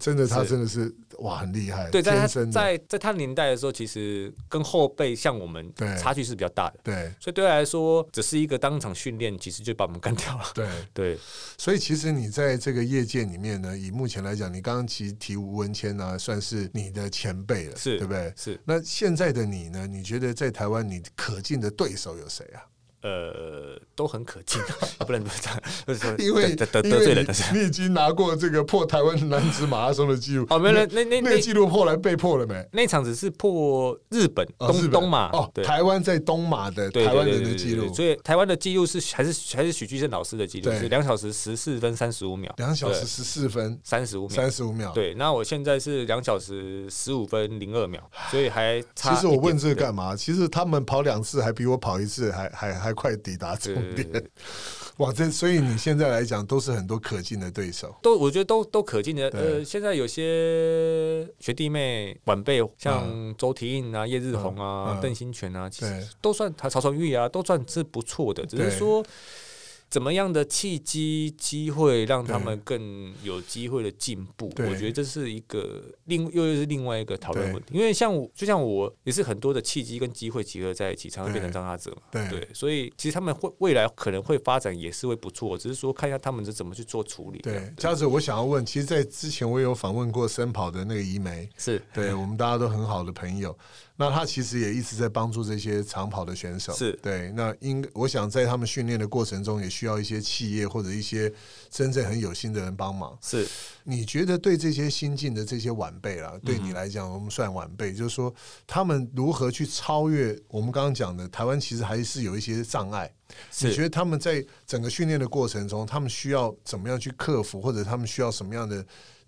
Speaker 2: 真的，他
Speaker 3: 是
Speaker 2: 真的是哇，很厉害，
Speaker 3: 对，在
Speaker 2: 天
Speaker 3: 他
Speaker 2: 生的，
Speaker 3: 在在他年代的时候，其实跟后辈像我们
Speaker 2: 对
Speaker 3: 差距是比较大的，
Speaker 2: 对
Speaker 3: 所以对他来说，只是一个当场训练，其实就把我们干掉了。
Speaker 2: 对。
Speaker 3: 对，
Speaker 2: 所以其实你在这个业界里面呢，以目前来讲，你刚刚其实提吴文谦呢、算是你的前辈了，
Speaker 3: 是
Speaker 2: 对不对？
Speaker 3: 是
Speaker 2: 那现在的你呢？你觉得在台湾你可敬的对手有谁啊？
Speaker 3: 呃，都很可敬，啊 (laughs) 不能不能这样，不是说
Speaker 2: 因为
Speaker 3: 得得
Speaker 2: 因
Speaker 3: 得罪人
Speaker 2: 为
Speaker 3: 的是。，
Speaker 2: 你你已经拿过这个破台湾男子马拉松的记录
Speaker 3: 哦，没有那那那
Speaker 2: 那个
Speaker 3: 那
Speaker 2: 记录后来被破了没？
Speaker 3: 那场只是破日本
Speaker 2: 哦日
Speaker 3: 东
Speaker 2: 本
Speaker 3: 东马
Speaker 2: 哦，
Speaker 3: 对
Speaker 2: 台湾在东马的
Speaker 3: 对
Speaker 2: 台湾
Speaker 3: 对
Speaker 2: 人
Speaker 3: 对
Speaker 2: 的
Speaker 3: 对
Speaker 2: 记
Speaker 3: 对
Speaker 2: 录
Speaker 3: 对，所以台湾的记录是还是还是许居正老师的记录
Speaker 2: 对
Speaker 3: 是两小时十四分三十五秒，
Speaker 2: 两小时十四分
Speaker 3: 三十五秒。
Speaker 2: 三十五秒。
Speaker 3: 对，那我现在是两小时十五分零二秒，所以还
Speaker 2: 其
Speaker 3: 差一点。
Speaker 2: 实我问这个干嘛？其实他们跑两次还比我跑一次还还还快抵达终
Speaker 3: 对对对
Speaker 2: 点。
Speaker 3: 对对
Speaker 2: (laughs) 哇，这所以你现在来讲都是很多可敬的对手。
Speaker 3: 都我觉得都都可敬的。
Speaker 2: 对
Speaker 3: 呃，现在有些学弟妹晚辈，像周提印啊、叶日红
Speaker 2: 嗯
Speaker 3: 啊
Speaker 2: 嗯、
Speaker 3: 邓兴全啊，其实
Speaker 2: 对
Speaker 3: 都算他曹纯玉啊，都算是不错的，只
Speaker 2: 对
Speaker 3: 是说。怎么样的契机、机会让他们更有机会的进步？
Speaker 2: 对
Speaker 3: 我觉得这是一个另又又是另外一个讨论
Speaker 2: 对
Speaker 3: 问题。因为像我，就像我也是很多的契机跟机会集合在一起，常常变成
Speaker 2: 对
Speaker 3: 张大哲嘛。
Speaker 2: 对
Speaker 3: 对，所以其实他们会未来可能会发展也是会不错，只是说看一下他们是怎么去做处理。
Speaker 2: 对，嘉泽，我想要问，其实，在之前我也有访问过森跑的那个怡梅，
Speaker 3: 是 (laughs)
Speaker 2: 对我们大家都很好的朋友。那他其实也一直在帮助这些长跑的选手，
Speaker 3: 是
Speaker 2: 对。那应我想在他们训练的过程中，也需要一些企业或者一些真正很有心的人帮忙。
Speaker 3: 是，
Speaker 2: 你觉得对这些新进的这些晚辈啦，对你来讲，我们算晚辈，就是说他们如何去超越我们刚刚讲的台湾，其实还是有一些障碍。
Speaker 3: 是
Speaker 2: 你觉得他们在整个训练的过程中，他们需要怎么样去克服，或者他们需要什么样的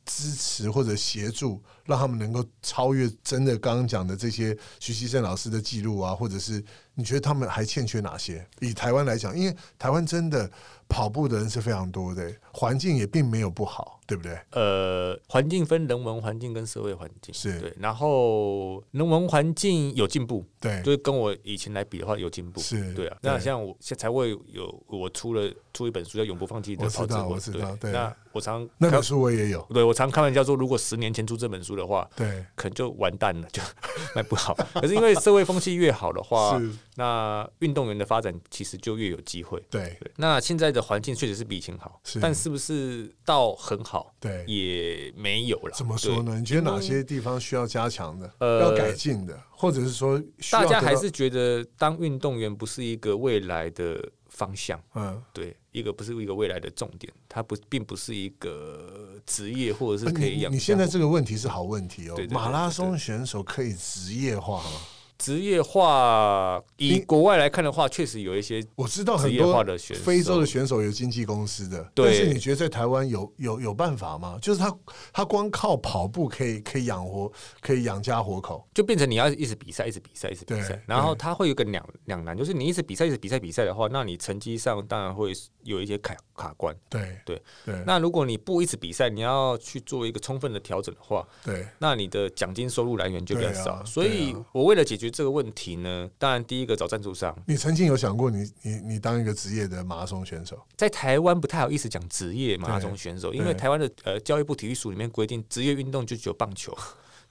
Speaker 2: 支持或者协助，让他们能够超越真的刚刚讲的这些徐熙正老师的记录啊，或者是你觉得他们还欠缺哪些？以台湾来讲，因为台湾真的跑步的人是非常多的，环境也并没有不好，对不对？
Speaker 3: 呃，环境分人文环境跟社会环境，
Speaker 2: 是
Speaker 3: 对。然后人文环境有进步，
Speaker 2: 对，
Speaker 3: 就是跟我以前来比的话有进步，
Speaker 2: 是
Speaker 3: 对啊。
Speaker 2: 对
Speaker 3: 那像我现在才会有我出了出一本书叫《永不放弃的
Speaker 2: 我知
Speaker 3: 跑者
Speaker 2: 道》，我
Speaker 3: 我
Speaker 2: 知道对
Speaker 3: 那我常
Speaker 2: 那本书我也有，
Speaker 3: 对我常开玩笑说，如果十年前出这本书的话，
Speaker 2: 对，
Speaker 3: 可能就完蛋了，就 (laughs) 卖不好。可是因为社会风气越好的
Speaker 2: (laughs)
Speaker 3: 话，
Speaker 2: 是，
Speaker 3: 那运动员的发展其实就越有机会。
Speaker 2: 对，
Speaker 3: 对，那现在的环境确实是比以前好，
Speaker 2: 是
Speaker 3: 但是不是到很好？
Speaker 2: 对。
Speaker 3: 也没有了。
Speaker 2: 怎么说
Speaker 3: 对？
Speaker 2: 呢？你觉得哪些地方需要加强的、
Speaker 3: 呃
Speaker 2: 要改进的，或者是说需要
Speaker 3: 大家
Speaker 2: 得
Speaker 3: 还
Speaker 2: 到
Speaker 3: 是觉得当运动员不是一个未来的方向，
Speaker 2: 嗯，
Speaker 3: 对，一个不是一个未来的重点，它不并不是一个职业或者
Speaker 2: 呃
Speaker 3: 是可以
Speaker 2: 你
Speaker 3: 养。
Speaker 2: 你现在这个问题是好问题哦
Speaker 3: 对对。对
Speaker 2: 马拉松选手可以职业化吗？
Speaker 3: 职业化，以国外来看的话，确实有一些
Speaker 2: 我知道
Speaker 3: 职
Speaker 2: 很
Speaker 3: 业化
Speaker 2: 多
Speaker 3: 的选手，
Speaker 2: 非洲的选手有经纪公司的，
Speaker 3: 对
Speaker 2: 但是你觉得在台湾有有有办法吗？就是他他光靠跑步可以可以养活，可以养家活口。
Speaker 3: 就变成你要一直比赛，一直比赛，一直比
Speaker 2: 对
Speaker 3: 赛，然后它会有一个两两难，就是你一直比赛，一直比赛，比赛的话，那你成绩上当然会有一些卡卡关。
Speaker 2: 对
Speaker 3: 对
Speaker 2: 对
Speaker 3: 那如果你不一直比赛，你要去做一个充分的调整的话，
Speaker 2: 对
Speaker 3: 那你的奖金收入来源就比较
Speaker 2: 对
Speaker 3: 少。
Speaker 2: 啊
Speaker 3: 所以
Speaker 2: 对啊
Speaker 3: 我为了解决这个问题呢，当然第一个找赞助商，
Speaker 2: 你曾经有想过你你你当一个职业的马拉松选手？
Speaker 3: 在台湾不太好意思讲职业马拉松选手，因为
Speaker 2: 对
Speaker 3: 台湾的呃教育部体育署里面规定，职业运动就只有棒球。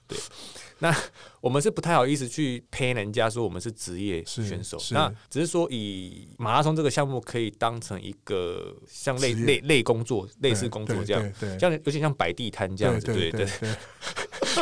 Speaker 3: 对， (laughs) 那我们是不太好意思去呸人家说我们是职业
Speaker 2: 是
Speaker 3: 选手，
Speaker 2: 是
Speaker 3: 那只是说以马拉松这个项目可以当成一个像类
Speaker 2: 职业
Speaker 3: 类类工作、类似工作
Speaker 2: 对
Speaker 3: 这样，
Speaker 2: 对对
Speaker 3: 像有点像摆地摊这样子，
Speaker 2: 对对
Speaker 3: 对对。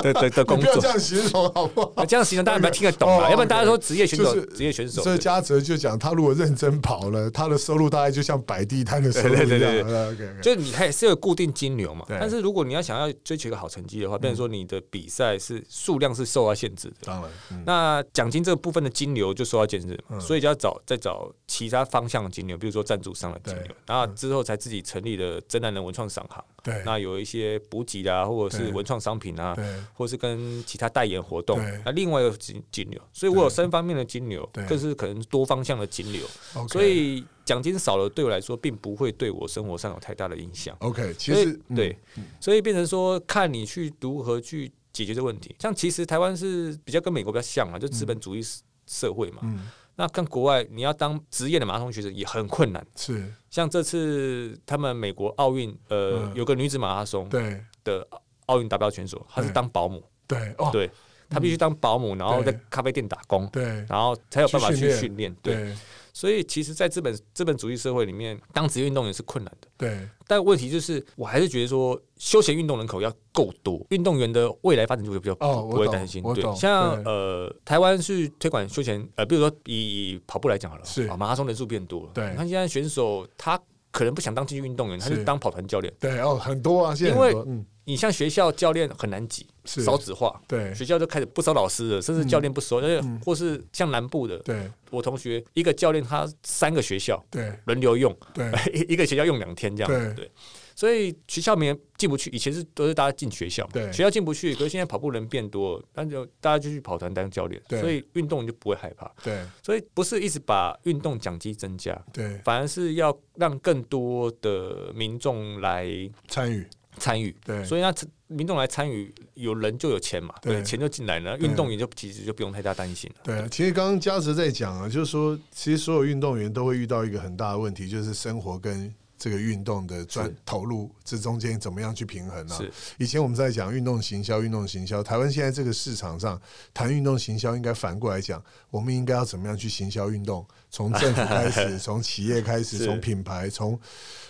Speaker 2: 对，
Speaker 3: 的的的
Speaker 2: 你
Speaker 3: (laughs) 工
Speaker 2: 不要这
Speaker 3: 作。
Speaker 2: 样形容好不好
Speaker 3: 那？这样形容大家比较听得懂
Speaker 2: 哦
Speaker 3: 啊，要不然大家说职业选手
Speaker 2: 就是，
Speaker 3: 职业选手，
Speaker 2: 所以嘉泽就讲，他如果认真跑了，他的收入大概就像摆地摊的收入一样。
Speaker 3: 对对对对
Speaker 2: OK，OK
Speaker 3: 就是你还是有固定金流嘛。
Speaker 2: 对嗯
Speaker 3: 但是如果你要想要追求一个好成绩的话，变成说你的比赛是数量是受到限制的。
Speaker 2: 当然，嗯
Speaker 3: 那奖金这个部分的金流就受到限制嘛，所以就要找再找其他方向的金流，比如说赞助商的金流
Speaker 2: 对，嗯
Speaker 3: 然后之后才自己成立了真男人文创商行。
Speaker 2: 对
Speaker 3: 那有一些补给啦，或者是
Speaker 2: 对
Speaker 3: 文创商品啊
Speaker 2: 对，
Speaker 3: 或是跟其他代言活动
Speaker 2: 对，
Speaker 3: 那另外一个金金流，所以我有三方面的金流
Speaker 2: 对，
Speaker 3: 更是可能多方向的金流，
Speaker 2: ，OK，
Speaker 3: 所以奖金少了对我来说，并不会对我生活上有太大的影响。
Speaker 2: OK，其
Speaker 3: 所以
Speaker 2: 实嗯
Speaker 3: 对，所以变成说看你去如何去解决这个问题。像其实台湾是比较跟美国比较像啊，就资本主义社会嘛。
Speaker 2: 嗯
Speaker 3: 那跟国外你要当职业的马拉松选手也很困难。
Speaker 2: 是，
Speaker 3: 像这次他们美国奥运，呃，
Speaker 2: 嗯
Speaker 3: 有个女子马拉松
Speaker 2: 对
Speaker 3: 的奥运达标选手，她是
Speaker 2: 对
Speaker 3: 当保姆，
Speaker 2: 对哦，
Speaker 3: 对，她必须当保姆，然后在
Speaker 2: 对
Speaker 3: 咖啡店打工。
Speaker 2: 对
Speaker 3: 然后才有办法
Speaker 2: 去训
Speaker 3: 去
Speaker 2: 练
Speaker 3: 训练，对，
Speaker 2: 对
Speaker 3: 所以其实，在资本资本主义社会里面，当职业运动员是困难的。
Speaker 2: 对
Speaker 3: 但问题就是，我还是觉得说，休闲运动人口要够多，运动员的未来发展就会比较
Speaker 2: 哦
Speaker 3: 不
Speaker 2: 我
Speaker 3: 不会
Speaker 2: 懂
Speaker 3: 担心。
Speaker 2: 我
Speaker 3: 对
Speaker 2: 懂，
Speaker 3: 像
Speaker 2: 对
Speaker 3: 呃，台湾是推广休闲，呃，比如说以以跑步来讲好了，
Speaker 2: 是
Speaker 3: 啊马拉松人数变多了。
Speaker 2: 对
Speaker 3: 你看现在选手他可能不想当竞技运动员，他
Speaker 2: 是
Speaker 3: 就当跑团教练。
Speaker 2: 对哦，很多啊，现在
Speaker 3: 因为
Speaker 2: 很多嗯
Speaker 3: 你像学校教练很难挤，
Speaker 2: 是
Speaker 3: 少子化，
Speaker 2: 对
Speaker 3: 学校就开始不收老师了，甚至教练不收，而且
Speaker 2: 嗯
Speaker 3: 或是像南部的，
Speaker 2: 对
Speaker 3: 我同学一个教练他三个学校
Speaker 2: 对
Speaker 3: 轮流用， (laughs)
Speaker 2: 对
Speaker 3: 一一个学校用两天这样
Speaker 2: 对
Speaker 3: 子，对。所以学校没人进不去，以前是都是大家进学校嘛，
Speaker 2: 对
Speaker 3: 学校进不去，可是现在跑步人变多了，那就大家就去跑团当教练，
Speaker 2: 对
Speaker 3: 所以运动你就不会害怕，
Speaker 2: 对
Speaker 3: 所以不是一直把运动奖金增加，
Speaker 2: 对，
Speaker 3: 反而是要让更多的民众来
Speaker 2: 参与
Speaker 3: 参与，
Speaker 2: 对
Speaker 3: 所以那民众来参与，有人就有钱嘛，
Speaker 2: 对
Speaker 3: 对，钱就进来了，
Speaker 2: 对
Speaker 3: 运动也就其实就不用太大担心了，
Speaker 2: 对啊，其实刚刚嘉泽在讲啊，就是说，其实所有运动员都会遇到一个很大的问题，就是生活跟这个运动的专
Speaker 3: 是
Speaker 2: 投入这中间怎么样去平衡啊？
Speaker 3: 是
Speaker 2: 以前我们在讲运动行销，运动行销，台湾现在这个市场上谈运动行销，应该反过来讲，我们应该要怎么样去行销运动？从政府开
Speaker 3: (laughs)
Speaker 2: 始，从企业开始，
Speaker 3: 是
Speaker 2: 从品牌，从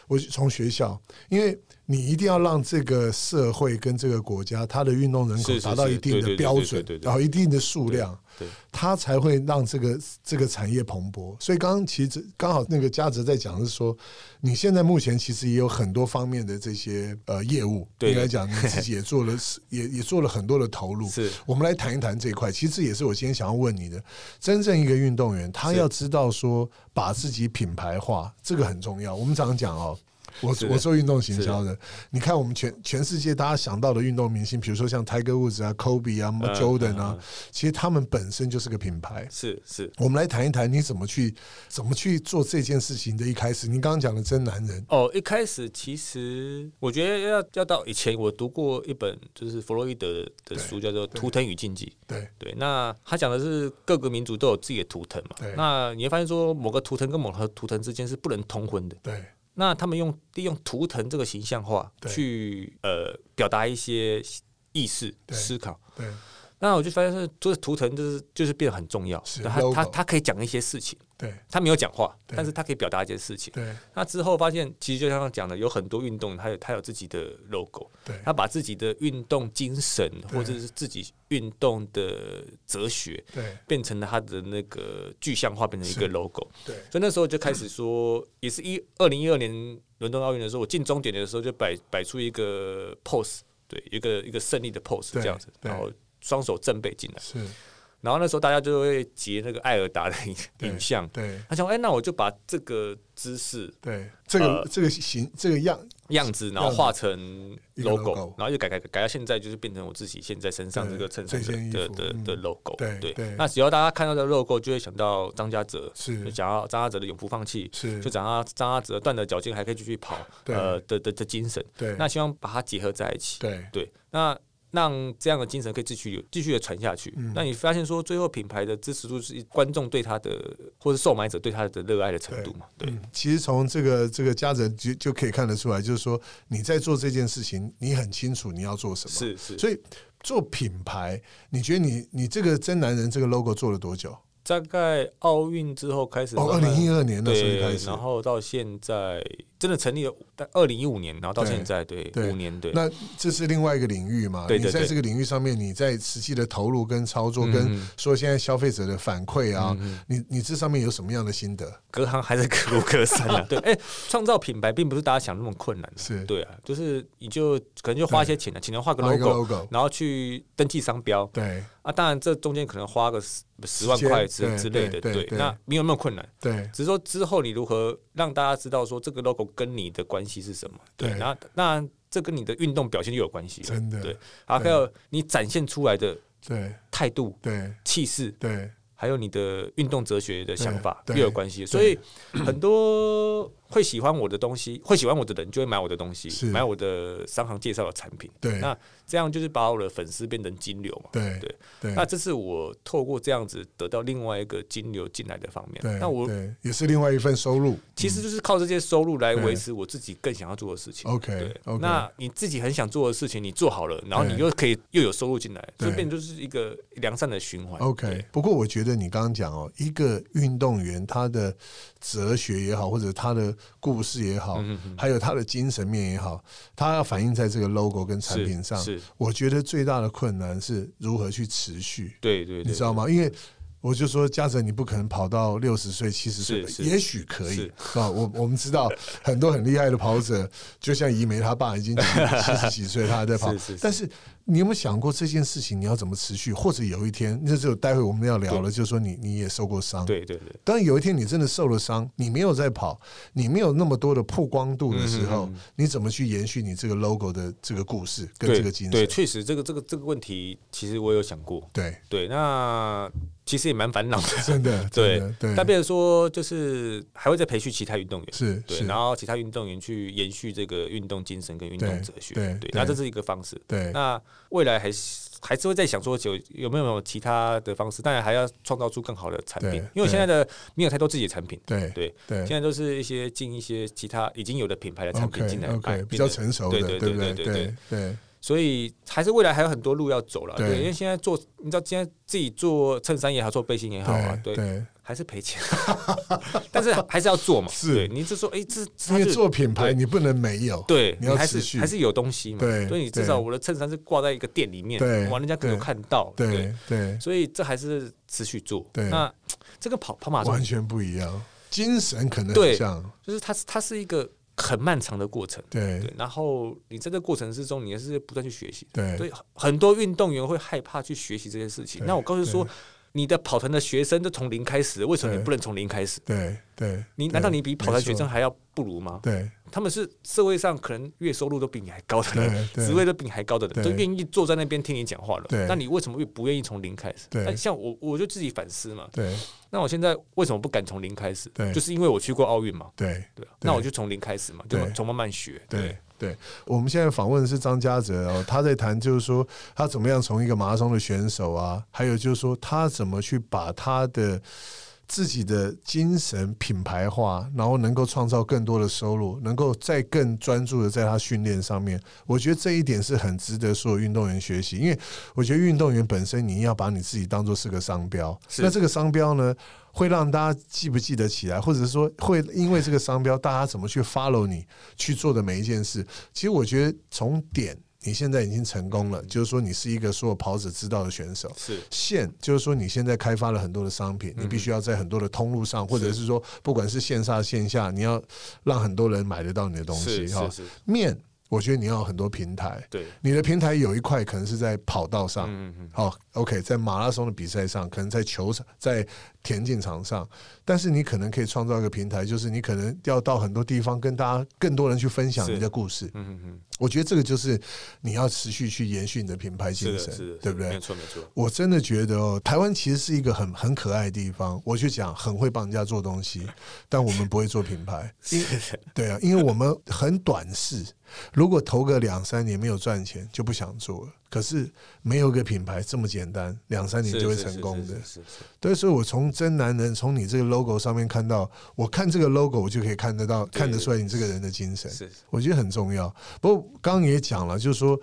Speaker 2: 我从学校，因为你一定要让这个社会跟这个国家它的运动人口
Speaker 3: 是是
Speaker 2: 达到
Speaker 3: 是
Speaker 2: 一定
Speaker 3: 对
Speaker 2: 的
Speaker 3: 对对
Speaker 2: 标
Speaker 3: 对
Speaker 2: 准
Speaker 3: 对对，对
Speaker 2: 然后一定的数量。
Speaker 3: 对，
Speaker 2: 它才会让这个这个产业蓬勃。所以刚刚其实刚好那个嘉泽在讲的是说，你现在目前其实也有很多方面的这些呃业务，
Speaker 3: 对
Speaker 2: 应该讲你自己也做了 (laughs) 也也做了很多的投入。
Speaker 3: 是
Speaker 2: 我们来谈一谈这一块，其实这也是我今天想要问你的。真正一个运动员，他要知道说把自己品牌化，这个很重要。我们常常讲哦。我
Speaker 3: 是的
Speaker 2: 我做运动行销的，你看我们全全世界大家想到的运动明星，比如说像 Tiger Woods 啊、Kobe 啊、
Speaker 3: 嗯
Speaker 2: Jordan 啊
Speaker 3: 嗯嗯，
Speaker 2: 其实他们本身就是个品牌。
Speaker 3: 是是，
Speaker 2: 我们来谈一谈你怎么去怎么去做这件事情的一开始。你刚刚讲的真男人，
Speaker 3: 哦，一开始其实我觉得要要到以前，我读过一本就是弗洛伊德的书，叫做《图腾与禁忌》。
Speaker 2: 对
Speaker 3: 对，那他讲的是各个民族都有自己的图腾嘛
Speaker 2: 对。
Speaker 3: 那你会发现说，某个图腾跟某个图腾之间是不能通婚的。
Speaker 2: 对
Speaker 3: 那他们用利用图腾这个形象化
Speaker 2: 对
Speaker 3: 去呃表达一些意识
Speaker 2: 对
Speaker 3: 思考。
Speaker 2: 对
Speaker 3: 那我就发现是，就是图腾就是就是变得很重要。
Speaker 2: 是
Speaker 3: 他他
Speaker 2: logo
Speaker 3: 他可以讲一些事情，
Speaker 2: 对
Speaker 3: 他没有讲话，
Speaker 2: 对
Speaker 3: 但是他可以表达一些事情。
Speaker 2: 对
Speaker 3: 那之后发现，其实就像他讲的，有很多运动，他有他有自己的 logo，
Speaker 2: 对
Speaker 3: 他把自己的运动精神或者是自己运动的哲学，
Speaker 2: 对
Speaker 3: 变成了他的那个具象化，变成一
Speaker 2: 是
Speaker 3: 个 logo。
Speaker 2: 对
Speaker 3: 所以那时候就开始说，也是一二零一二年伦敦奥运的时候，我进终点的时候就摆摆出一个 pose，对，一个一个胜利的 pose
Speaker 2: 对
Speaker 3: 这样子，
Speaker 2: 对
Speaker 3: 然后双手正背进来，
Speaker 2: 是，
Speaker 3: 然后那时候大家就会截那个艾尔达的影
Speaker 2: 对
Speaker 3: 影像，
Speaker 2: 对
Speaker 3: 他想，哎、那我就把这个姿势。
Speaker 2: 对，这个、
Speaker 3: 呃
Speaker 2: 这个形这个样，
Speaker 3: 样子，然后画成
Speaker 2: 一个
Speaker 3: logo，,
Speaker 2: logo
Speaker 3: 然后就改改改改到现在就是变成我自己现在身上
Speaker 2: 对
Speaker 3: 这个衬衫
Speaker 2: 这件衣
Speaker 3: 的的
Speaker 2: 服
Speaker 3: 的
Speaker 2: 嗯
Speaker 3: 的 logo
Speaker 2: 对对
Speaker 3: 那只要大家看到的 logo，就会想到张家泽，
Speaker 2: 是
Speaker 3: 就想到张家泽的永不放弃，
Speaker 2: 是
Speaker 3: 就讲到张家泽断了脚筋还可以继续跑，
Speaker 2: 对
Speaker 3: 呃的的的精神。
Speaker 2: 对
Speaker 3: 那希望把它结合在一起。
Speaker 2: 对
Speaker 3: 对，那让这样的精神可以继续有继续的传下去。
Speaker 2: 嗯
Speaker 3: 那你发现说，最后品牌的支持度是观众对他的，或是售买者对他的热爱的程度嘛？对，
Speaker 2: 嗯，其实从这个这个家人就就可以看得出来，就是说你在做这件事情，你很清楚你要做什么。
Speaker 3: 是是。
Speaker 2: 所以做品牌，你觉得你你这个真男人这个 logo 做了多久？
Speaker 3: 大概奥运之后开始
Speaker 2: 哦，二
Speaker 3: 慢慢
Speaker 2: 零一二年那时候就
Speaker 3: 对
Speaker 2: 开，始，
Speaker 3: 然后到现在真的成立了，但二零一五年，然后到现在，对，
Speaker 2: 对
Speaker 3: 五年，对，
Speaker 2: 那这是另外一个领域嘛？
Speaker 3: 对对
Speaker 2: 你在
Speaker 3: 对
Speaker 2: 这个领域上面，你在实际的投入跟操作，
Speaker 3: 嗯
Speaker 2: 跟
Speaker 3: 嗯
Speaker 2: 说现在消费者的反馈啊，你你这上面有什么样的心得？
Speaker 3: 隔行还是隔路隔山
Speaker 2: (laughs)
Speaker 3: 啊。对，哎，创造品牌并不是大家想那么困难的，
Speaker 2: 是
Speaker 3: 对啊，就是你就可能就花一些钱啊，请人画个
Speaker 2: 画一个
Speaker 3: logo，
Speaker 2: logo
Speaker 3: 然后去登记商标
Speaker 2: 对
Speaker 3: 啊，当然这中间可能花个十十万
Speaker 2: 时间
Speaker 3: 块之
Speaker 2: 对
Speaker 3: 之类
Speaker 2: 对
Speaker 3: 的，
Speaker 2: 对
Speaker 3: 对，
Speaker 2: 对
Speaker 3: 那没有那么困难。
Speaker 2: 对
Speaker 3: 只是说之后你如何让大家知道说这个 logo 跟你的关系是什么？对，
Speaker 2: 对
Speaker 3: 然后那这跟你的运动表现就有关系了，
Speaker 2: 真的
Speaker 3: 对，啊，还有你展现出来的
Speaker 2: 对
Speaker 3: 态度、
Speaker 2: 对
Speaker 3: 气势，
Speaker 2: 对
Speaker 3: 还有你的运动哲学的想法
Speaker 2: 对
Speaker 3: 越有关系，所以很多会喜欢我的东西，会喜欢我的人就会买我的东
Speaker 2: 是
Speaker 3: 西，买我的商行介绍的产品。
Speaker 2: 对
Speaker 3: 那这样就是把我的粉丝变成金流嘛。
Speaker 2: 对
Speaker 3: 对
Speaker 2: 对
Speaker 3: 那这是我透过这样子得到另外一个金流进来的方
Speaker 2: 对，
Speaker 3: 面。那我
Speaker 2: 对也是另外一份收入。
Speaker 3: 其实就是靠这些收入来维持我自己更想要做的事情。
Speaker 2: OK
Speaker 3: 对
Speaker 2: OK，
Speaker 3: 那你自己很想做的事情，你做好了，然后你
Speaker 2: 对
Speaker 3: 又可以又有收入进来，
Speaker 2: 对
Speaker 3: 这变就是一个良善的循环。
Speaker 2: OK，
Speaker 3: 对
Speaker 2: 不过我觉得你刚刚讲哦，一个运动员他的哲学也好，或者他的故事也好，
Speaker 3: 嗯
Speaker 2: 还有他的精神面也好，他要反映在这个 logo 跟产品上。
Speaker 3: 是是
Speaker 2: 我觉得最大的困难是如何去持续，
Speaker 3: 对对对，
Speaker 2: 你知道吗？因为我就说，嘉泽，你不可能跑到六十岁、七十岁，
Speaker 3: 是是
Speaker 2: 也许可以
Speaker 3: 是
Speaker 2: 啊。我我们知道很多很厉害的跑者，就像怡梅她爸已经七十几岁，他还在跑
Speaker 3: (laughs) 是是是。
Speaker 2: 但是你有没有想过这件事情你要怎么持续？或者有一天，那只有待会我们要聊了，就是说你你也受过伤，
Speaker 3: 对对对，
Speaker 2: 当有一天你真的受了伤，你没有在跑，你没有那么多的曝光度的时
Speaker 3: 嗯
Speaker 2: 候，你怎么去延续你这个 logo 的这个故事跟
Speaker 3: 对
Speaker 2: 这个精
Speaker 3: 对，
Speaker 2: 神？
Speaker 3: 确实这个这个这个问题，其实我有想过。
Speaker 2: 对，
Speaker 3: 对，那其实也蛮烦恼的。
Speaker 2: 真的， (laughs) 真
Speaker 3: 对
Speaker 2: 的，对，
Speaker 3: 但变成说就是还会再培训其他运动员，
Speaker 2: 是
Speaker 3: 对
Speaker 2: 是，
Speaker 3: 然后其他运动员去延续这个运动精神跟运动哲学，
Speaker 2: 对对
Speaker 3: 对
Speaker 2: 对，
Speaker 3: 那这是一个方式。
Speaker 2: 对
Speaker 3: 那未来还是还是会在想说有有没有其他的方式，当然还要创造出更好的产
Speaker 2: 对
Speaker 3: 品，因为
Speaker 2: 对
Speaker 3: 现在的没有太多自己的产品，
Speaker 2: 对
Speaker 3: 对，
Speaker 2: 对
Speaker 3: 现在都是一些进一些其他已经有的品牌的产品进来
Speaker 2: o k
Speaker 3: 哎
Speaker 2: o k 比
Speaker 3: 变
Speaker 2: 较
Speaker 3: 成
Speaker 2: 成熟的，
Speaker 3: 对对
Speaker 2: 不
Speaker 3: 对
Speaker 2: 对？
Speaker 3: 对对
Speaker 2: 对
Speaker 3: 所以还是未来还有很多路要走了，
Speaker 2: 对
Speaker 3: 对，因为现在做，你知道现在自己做衬衫也好，做背心也好啊，
Speaker 2: 对
Speaker 3: 对，
Speaker 2: 对，
Speaker 3: 还是赔钱， (laughs) 但是还是要做嘛，
Speaker 2: (laughs) 是
Speaker 3: 对，你是说，哎，这
Speaker 2: 因
Speaker 3: 这
Speaker 2: 为
Speaker 3: 就
Speaker 2: 做品牌
Speaker 3: 对
Speaker 2: 你不能没有，
Speaker 3: 对，
Speaker 2: 你要
Speaker 3: 还
Speaker 2: 持
Speaker 3: 是
Speaker 2: 续
Speaker 3: 还是有东西嘛，
Speaker 2: 对
Speaker 3: 所以你至
Speaker 2: 对
Speaker 3: 少我的衬衫是挂在一个店里面
Speaker 2: 对，
Speaker 3: 哇，人家可能
Speaker 2: 对
Speaker 3: 有看到，对
Speaker 2: 对，对，
Speaker 3: 所以这还是持续做，
Speaker 2: 对
Speaker 3: 那这个跑跑马
Speaker 2: 完
Speaker 3: 拉松
Speaker 2: 全不一样，精神可能很
Speaker 3: 对
Speaker 2: 像，
Speaker 3: 就是它是它是一个很漫长的过程，
Speaker 2: 对
Speaker 3: 对，然后你在这过程之中，你也是不断去学习
Speaker 2: 对
Speaker 3: 的。所以很多运动员会害怕去学习这些事情。
Speaker 2: 对
Speaker 3: 那我告诉说
Speaker 2: 对，
Speaker 3: 你的跑团的学生都从零开始，为什么你不能从零开始？
Speaker 2: 对对，
Speaker 3: 你
Speaker 2: 对
Speaker 3: 难道你比跑团学？
Speaker 2: 没
Speaker 3: 生
Speaker 2: 错
Speaker 3: 还要不如吗？
Speaker 2: 对
Speaker 3: 他们是社会上可能月收入都比你还高的人，
Speaker 2: 对对
Speaker 3: 职位都比你还高的
Speaker 2: 对
Speaker 3: 人，都愿意坐在那边听你讲话了
Speaker 2: 对。
Speaker 3: 那你为什么又不愿意从零开始？
Speaker 2: 对
Speaker 3: 那像我，我就自己反思嘛。
Speaker 2: 对
Speaker 3: 那我现在为什么不敢从零开始
Speaker 2: 对？
Speaker 3: 就是因为我去过奥运嘛。
Speaker 2: 对
Speaker 3: 对吧，
Speaker 2: 对
Speaker 3: 那我就从零开始嘛，就
Speaker 2: 对
Speaker 3: 从慢慢学。
Speaker 2: 对。对，我们现在访问的是张家泽哦，他在谈就是说他怎么样从一个马拉松的选手啊，还有就是说他怎么去把他的自己的精神品牌化，然后能够创造更多的收入，能够再更专注的在他训练上面。我觉得这一点是很值得所有运动员学习，因为我觉得运动员本身你要把你自己当做是个商标，
Speaker 3: 是
Speaker 2: 那这个商标呢？会让大家记不记得起来，或者是说会因为这个商标，大家怎么去 follow 你去做的每一件事？其实我觉得从点你现在已经成功了，就是说你是一个所有跑者知道的选手，
Speaker 3: 是嗯
Speaker 2: 线就是说，你现在开发了很多的商品，你必须要在很多的通路上，或者是说，不管是线上线下，你要让很多人买得到你的东西
Speaker 3: 是
Speaker 2: 哈
Speaker 3: 是。是，
Speaker 2: 面，我觉得你要有很多平台，
Speaker 3: 对，
Speaker 2: 你的平台有一块可能是在跑道上，
Speaker 3: 嗯嗯，
Speaker 2: 好、o k 在马拉松的比赛上，可能在球场、在田径场上，但是你可能可以创造一个平台，就是你可能要到很多地方跟大家、更多人去分享
Speaker 3: 是
Speaker 2: 你的故事。
Speaker 3: 嗯嗯嗯。
Speaker 2: 我觉得这个就是你要持续去延续你的品牌
Speaker 3: 是
Speaker 2: 精
Speaker 3: 的，
Speaker 2: 神
Speaker 3: 是的，，
Speaker 2: 对不对
Speaker 3: 没？错，没
Speaker 2: (laughs)
Speaker 3: 错，
Speaker 2: 我真的觉得哦，台湾其实是一个很很可爱的地方。我去讲很会帮人家做东西， (laughs) 但我们不会做品牌。因对啊，因为我们很短视。如果投个两三年没有赚钱，就不想做了。可是没有一个品牌这么简单，两三年
Speaker 3: 是
Speaker 2: 就会
Speaker 3: 是
Speaker 2: 成
Speaker 3: 是
Speaker 2: 功
Speaker 3: 是
Speaker 2: 的。
Speaker 3: 是是
Speaker 2: 对，所以我从真男人，从你这个 logo 上面看到，我看这个 logo，我就可以看得到，看得出来你这个人的精神。
Speaker 3: 是是
Speaker 2: 我觉得很重要。不过刚刚也讲了，就是说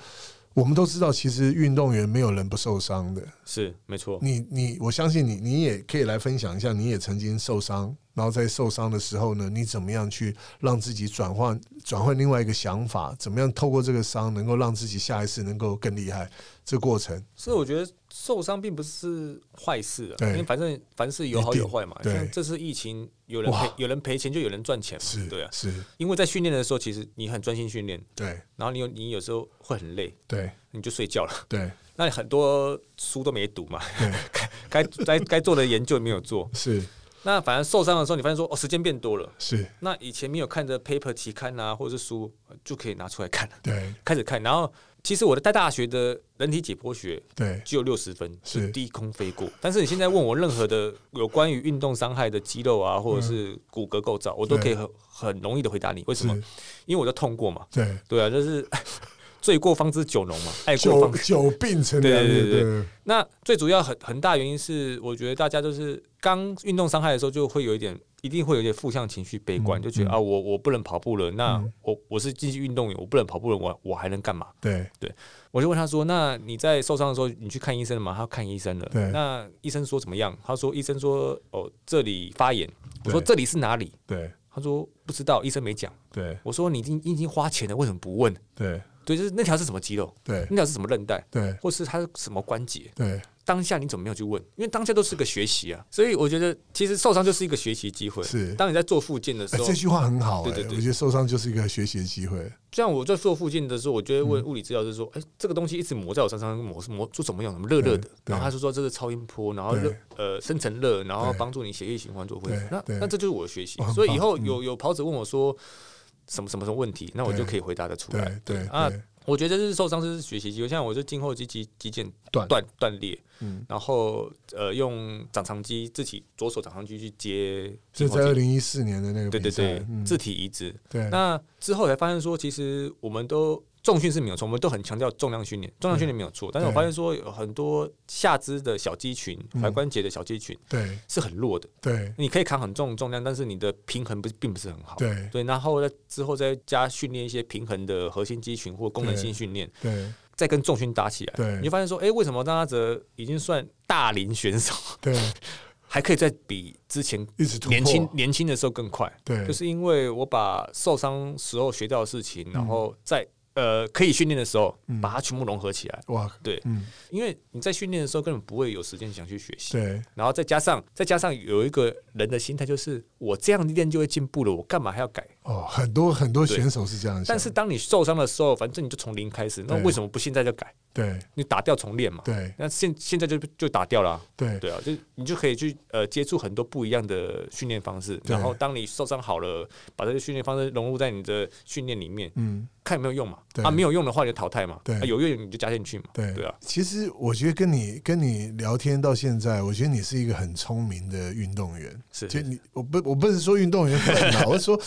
Speaker 2: 我们都知道，其实运动员没有人不受伤的。
Speaker 3: 是没错，
Speaker 2: 你你，我相信你，你也可以来分享一下，你也曾经受伤，然后在受伤的时候呢，你怎么样去让自己转换转换另外一个想法？怎么样透过这个伤，能够让自己下一次能够更厉害？这过程，
Speaker 3: 所以我觉得受伤并不是坏事啊，
Speaker 2: 对
Speaker 3: 因为反正凡事有好有坏嘛。
Speaker 2: 一定对
Speaker 3: 像这次疫情，有人
Speaker 2: 哇
Speaker 3: 赔有人赔钱就有人赚钱
Speaker 2: 是，
Speaker 3: 嘛，对啊。
Speaker 2: 是，
Speaker 3: 因为在训练的时候，其实你很专心训练，
Speaker 2: 对，
Speaker 3: 然后你有你有时候会很累，
Speaker 2: 对，
Speaker 3: 你就睡觉了。 (laughs)
Speaker 2: 对，
Speaker 3: 那很多书都没读嘛
Speaker 2: 对，
Speaker 3: (laughs) 该该该做的研究没有做。
Speaker 2: 是，
Speaker 3: 那反正受伤的时候，你发现说哦，时间变多了。
Speaker 2: 是，
Speaker 3: 那以前没有看的 paper 期刊啊，或者是书，呃就可以拿出来看了，
Speaker 2: 对，
Speaker 3: 开始看。然后其实我在大学的人体解剖学
Speaker 2: 对，
Speaker 3: 只有六十分，
Speaker 2: 是
Speaker 3: 就低空飞过。但是你现在问我任何的有关于运动伤害的肌肉啊，或者是骨骼构造，我都可以很很容易的回答你。为什么
Speaker 2: 嗯是？
Speaker 3: 因为我都痛过嘛。
Speaker 2: 对，
Speaker 3: 对啊，就是 (laughs) 醉过方知酒浓嘛，爱过
Speaker 2: 久
Speaker 3: 方。
Speaker 2: 久病成良
Speaker 3: 对
Speaker 2: 医，
Speaker 3: 对对那最主要很很大原因是，我觉得大家就是刚运动伤害的时候，就会有一点，一定会有一点负向情绪、悲观，
Speaker 2: 嗯
Speaker 3: 就觉得啊，我我不能跑步了，那我我是竞技运动员，我不能跑步了，我我还能干嘛？
Speaker 2: 对，
Speaker 3: 我就问他说：“那你在受伤的时候，你去看医生了吗？”他说看医生了
Speaker 2: 对。
Speaker 3: 那医生说怎么样？他说：“医生说哦，这里发炎。”我说：“
Speaker 2: 对
Speaker 3: 这里是哪里
Speaker 2: 对，？”
Speaker 3: 他说：“不知道，医生没讲。
Speaker 2: 对，”
Speaker 3: 我说：“你已经你已经花钱了，为什么不问
Speaker 2: 对，？”
Speaker 3: 对，就是那条是什么肌肉，
Speaker 2: 对，
Speaker 3: 那条是什么韧带，
Speaker 2: 对，
Speaker 3: 或是它是什么关节？
Speaker 2: 对，
Speaker 3: 当下你怎么没有去问？因为当下都是个学习啊。所以我觉得，其实受伤就是一个学习机会。
Speaker 2: 是
Speaker 3: 当你在做复健的时
Speaker 2: 哎
Speaker 3: 候，
Speaker 2: 这句话很好，哎
Speaker 3: 对对对
Speaker 2: 我觉得受伤就是一个学习的机会，
Speaker 3: 像我在做附近的时候，我就会
Speaker 2: 嗯
Speaker 3: 问物理治疗师说：“哎、这个东西一直抹在我身上，抹抹做什么用？什么热热的
Speaker 2: 对？”对
Speaker 3: 然后他就说：“这是超音波，然后
Speaker 2: 对
Speaker 3: 热呃深层热，然后
Speaker 2: 对
Speaker 3: 帮助你血液循环做恢复
Speaker 2: 对。”
Speaker 3: 那
Speaker 2: 对
Speaker 3: 那这就是我的学习
Speaker 2: 哦很。
Speaker 3: 所以
Speaker 2: 棒
Speaker 3: 以后有有跑者问我说什么什么什么问题，那我
Speaker 2: 对
Speaker 3: 就可以回答得出来
Speaker 2: 对，。对，
Speaker 3: 啊
Speaker 2: 对，
Speaker 3: 我觉得这是受伤，这是学习机会。像我就今后肌肌肌腱
Speaker 2: 断
Speaker 3: 断断裂，
Speaker 2: 嗯，
Speaker 3: 然后呃用掌长肌自己左手掌长肌去接
Speaker 2: 就
Speaker 3: 筋
Speaker 2: 在
Speaker 3: 后
Speaker 2: 二
Speaker 3: 腱，
Speaker 2: 零一四年的那个
Speaker 3: 对
Speaker 2: 比
Speaker 3: 对
Speaker 2: 赛
Speaker 3: 对，
Speaker 2: 嗯
Speaker 3: 自体移植。
Speaker 2: 对，
Speaker 3: 那之后才发现说，其实我们都重训是没有错，我们都很强调重量训练，重量训练没有错。但是我发现说，有很多下肢的小肌群、
Speaker 2: 嗯
Speaker 3: 踝关节的小肌群
Speaker 2: 对
Speaker 3: 是很弱的，
Speaker 2: 对
Speaker 3: 你可以扛很重的重量，但是你的平衡不并不是很好。
Speaker 2: 对
Speaker 3: 对，然后在之后再加训练一些平衡的核心肌群或功能性训练，
Speaker 2: 对
Speaker 3: 再跟重训搭起来，
Speaker 2: 对
Speaker 3: 你就发现说，哎、为什么张家泽已经算大龄选手，
Speaker 2: 对，
Speaker 3: 还可以再比之前
Speaker 2: 一直突破，
Speaker 3: 年轻年轻的时候更快？
Speaker 2: 对，
Speaker 3: 就是因为我把受伤时候学到的事情，然后在呃可以训练的时候，
Speaker 2: 嗯
Speaker 3: 把它全部融合起来。
Speaker 2: 哇，
Speaker 3: 对，
Speaker 2: 嗯，
Speaker 3: 因为你在训练的时候根本不会有时间想去学习，
Speaker 2: 对
Speaker 3: 然后再加上再加上有一个人的心态，就是我这样练就会进步了，我干嘛还要改？
Speaker 2: 哦，很多很多
Speaker 3: 对
Speaker 2: 选手是这样想，
Speaker 3: 但是当你受伤的时候，反正你就从零开始，那
Speaker 2: 对
Speaker 3: 为什么不现在就改？
Speaker 2: 对
Speaker 3: 你打掉重练嘛。
Speaker 2: 对
Speaker 3: 那现现在就就打掉了啊、
Speaker 2: 对
Speaker 3: 对啊，就你就可以去呃接触很多不一样的训练方式，
Speaker 2: 对
Speaker 3: 然后当你受伤好了，把这些训练方式融入在你的训练里面，
Speaker 2: 嗯
Speaker 3: 看有没有用嘛。
Speaker 2: 对
Speaker 3: 啊，没有用的话你就淘汰嘛。
Speaker 2: 对
Speaker 3: 啊、有用你就加进去嘛。
Speaker 2: 对
Speaker 3: 对啊，
Speaker 2: 其实我觉得跟你跟你聊天到现在，我觉得你是一个很聪明的运动员。
Speaker 3: 是
Speaker 2: 其实你我不我不是说运动员 (laughs) 笨啊，我是说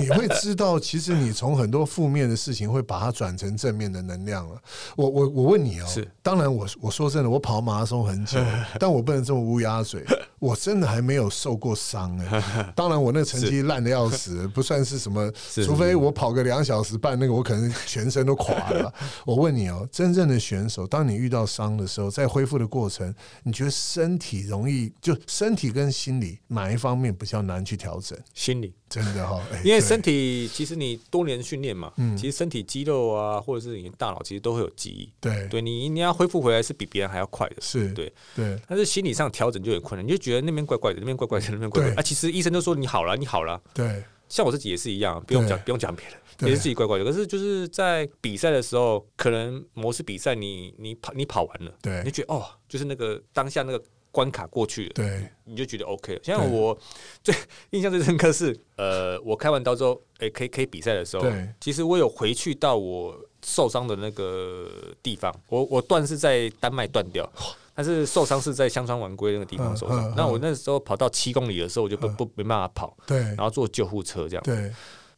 Speaker 2: 你会知道，其实你从很多负面的事情会把它转成正面的能量了。我我我问你哦，
Speaker 3: 是
Speaker 2: 当然我我说真的，我跑马拉松很
Speaker 3: (laughs)
Speaker 2: 久，但我不能这么乌鸦嘴，我真的还没有受过伤哎、当然我那成绩烂的要
Speaker 3: (laughs)
Speaker 2: 死，不算是什么，
Speaker 3: 是
Speaker 2: 除非我跑个两小时半，那个我可能全身都垮
Speaker 3: (laughs)
Speaker 2: 了。我问你哦，真正的选手，当你遇到伤的时候，在恢复的过程，你觉得身体容易就身体跟心理哪一方面比较难去调整？
Speaker 3: 心理，
Speaker 2: 真的哈、哎
Speaker 3: 因
Speaker 2: 对
Speaker 3: 为
Speaker 2: 嗯
Speaker 3: 身体其实你多年训练嘛，其实身体肌肉啊，或者是你的大脑其实都会有记忆。
Speaker 2: 对
Speaker 3: 对你，你要恢复回来是比别人还要快的。
Speaker 2: 是，
Speaker 3: 对，
Speaker 2: 对
Speaker 3: 但是心理上调整就有点困难，你就觉得那边怪怪的，那边怪怪的，那边怪怪的
Speaker 2: 对
Speaker 3: 啊。其实医生都说你好了，你好了，
Speaker 2: 对
Speaker 3: 像我自己也是一样，不用讲，不用讲别人，
Speaker 2: 对
Speaker 3: 也是自己怪怪的。可是就是在比赛的时候，可能某次比赛你你跑你跑完了，
Speaker 2: 对
Speaker 3: 你就觉得哦，就是那个当下那个关卡过去了，
Speaker 2: 对
Speaker 3: 你就觉得 OK 了。像我最印象最深刻是，呃，我开完刀之后，哎、可以可以比赛的时候
Speaker 2: 对，
Speaker 3: 其实我有回去到我受伤的那个地方，我我断是在丹麦断掉。但是受伤是在香川晚归那个地方受伤，
Speaker 2: 嗯嗯嗯嗯
Speaker 3: 那我那时候跑到七公里的时候，我就不不没办法跑，
Speaker 2: 对
Speaker 3: 然后坐救护车这样。
Speaker 2: 对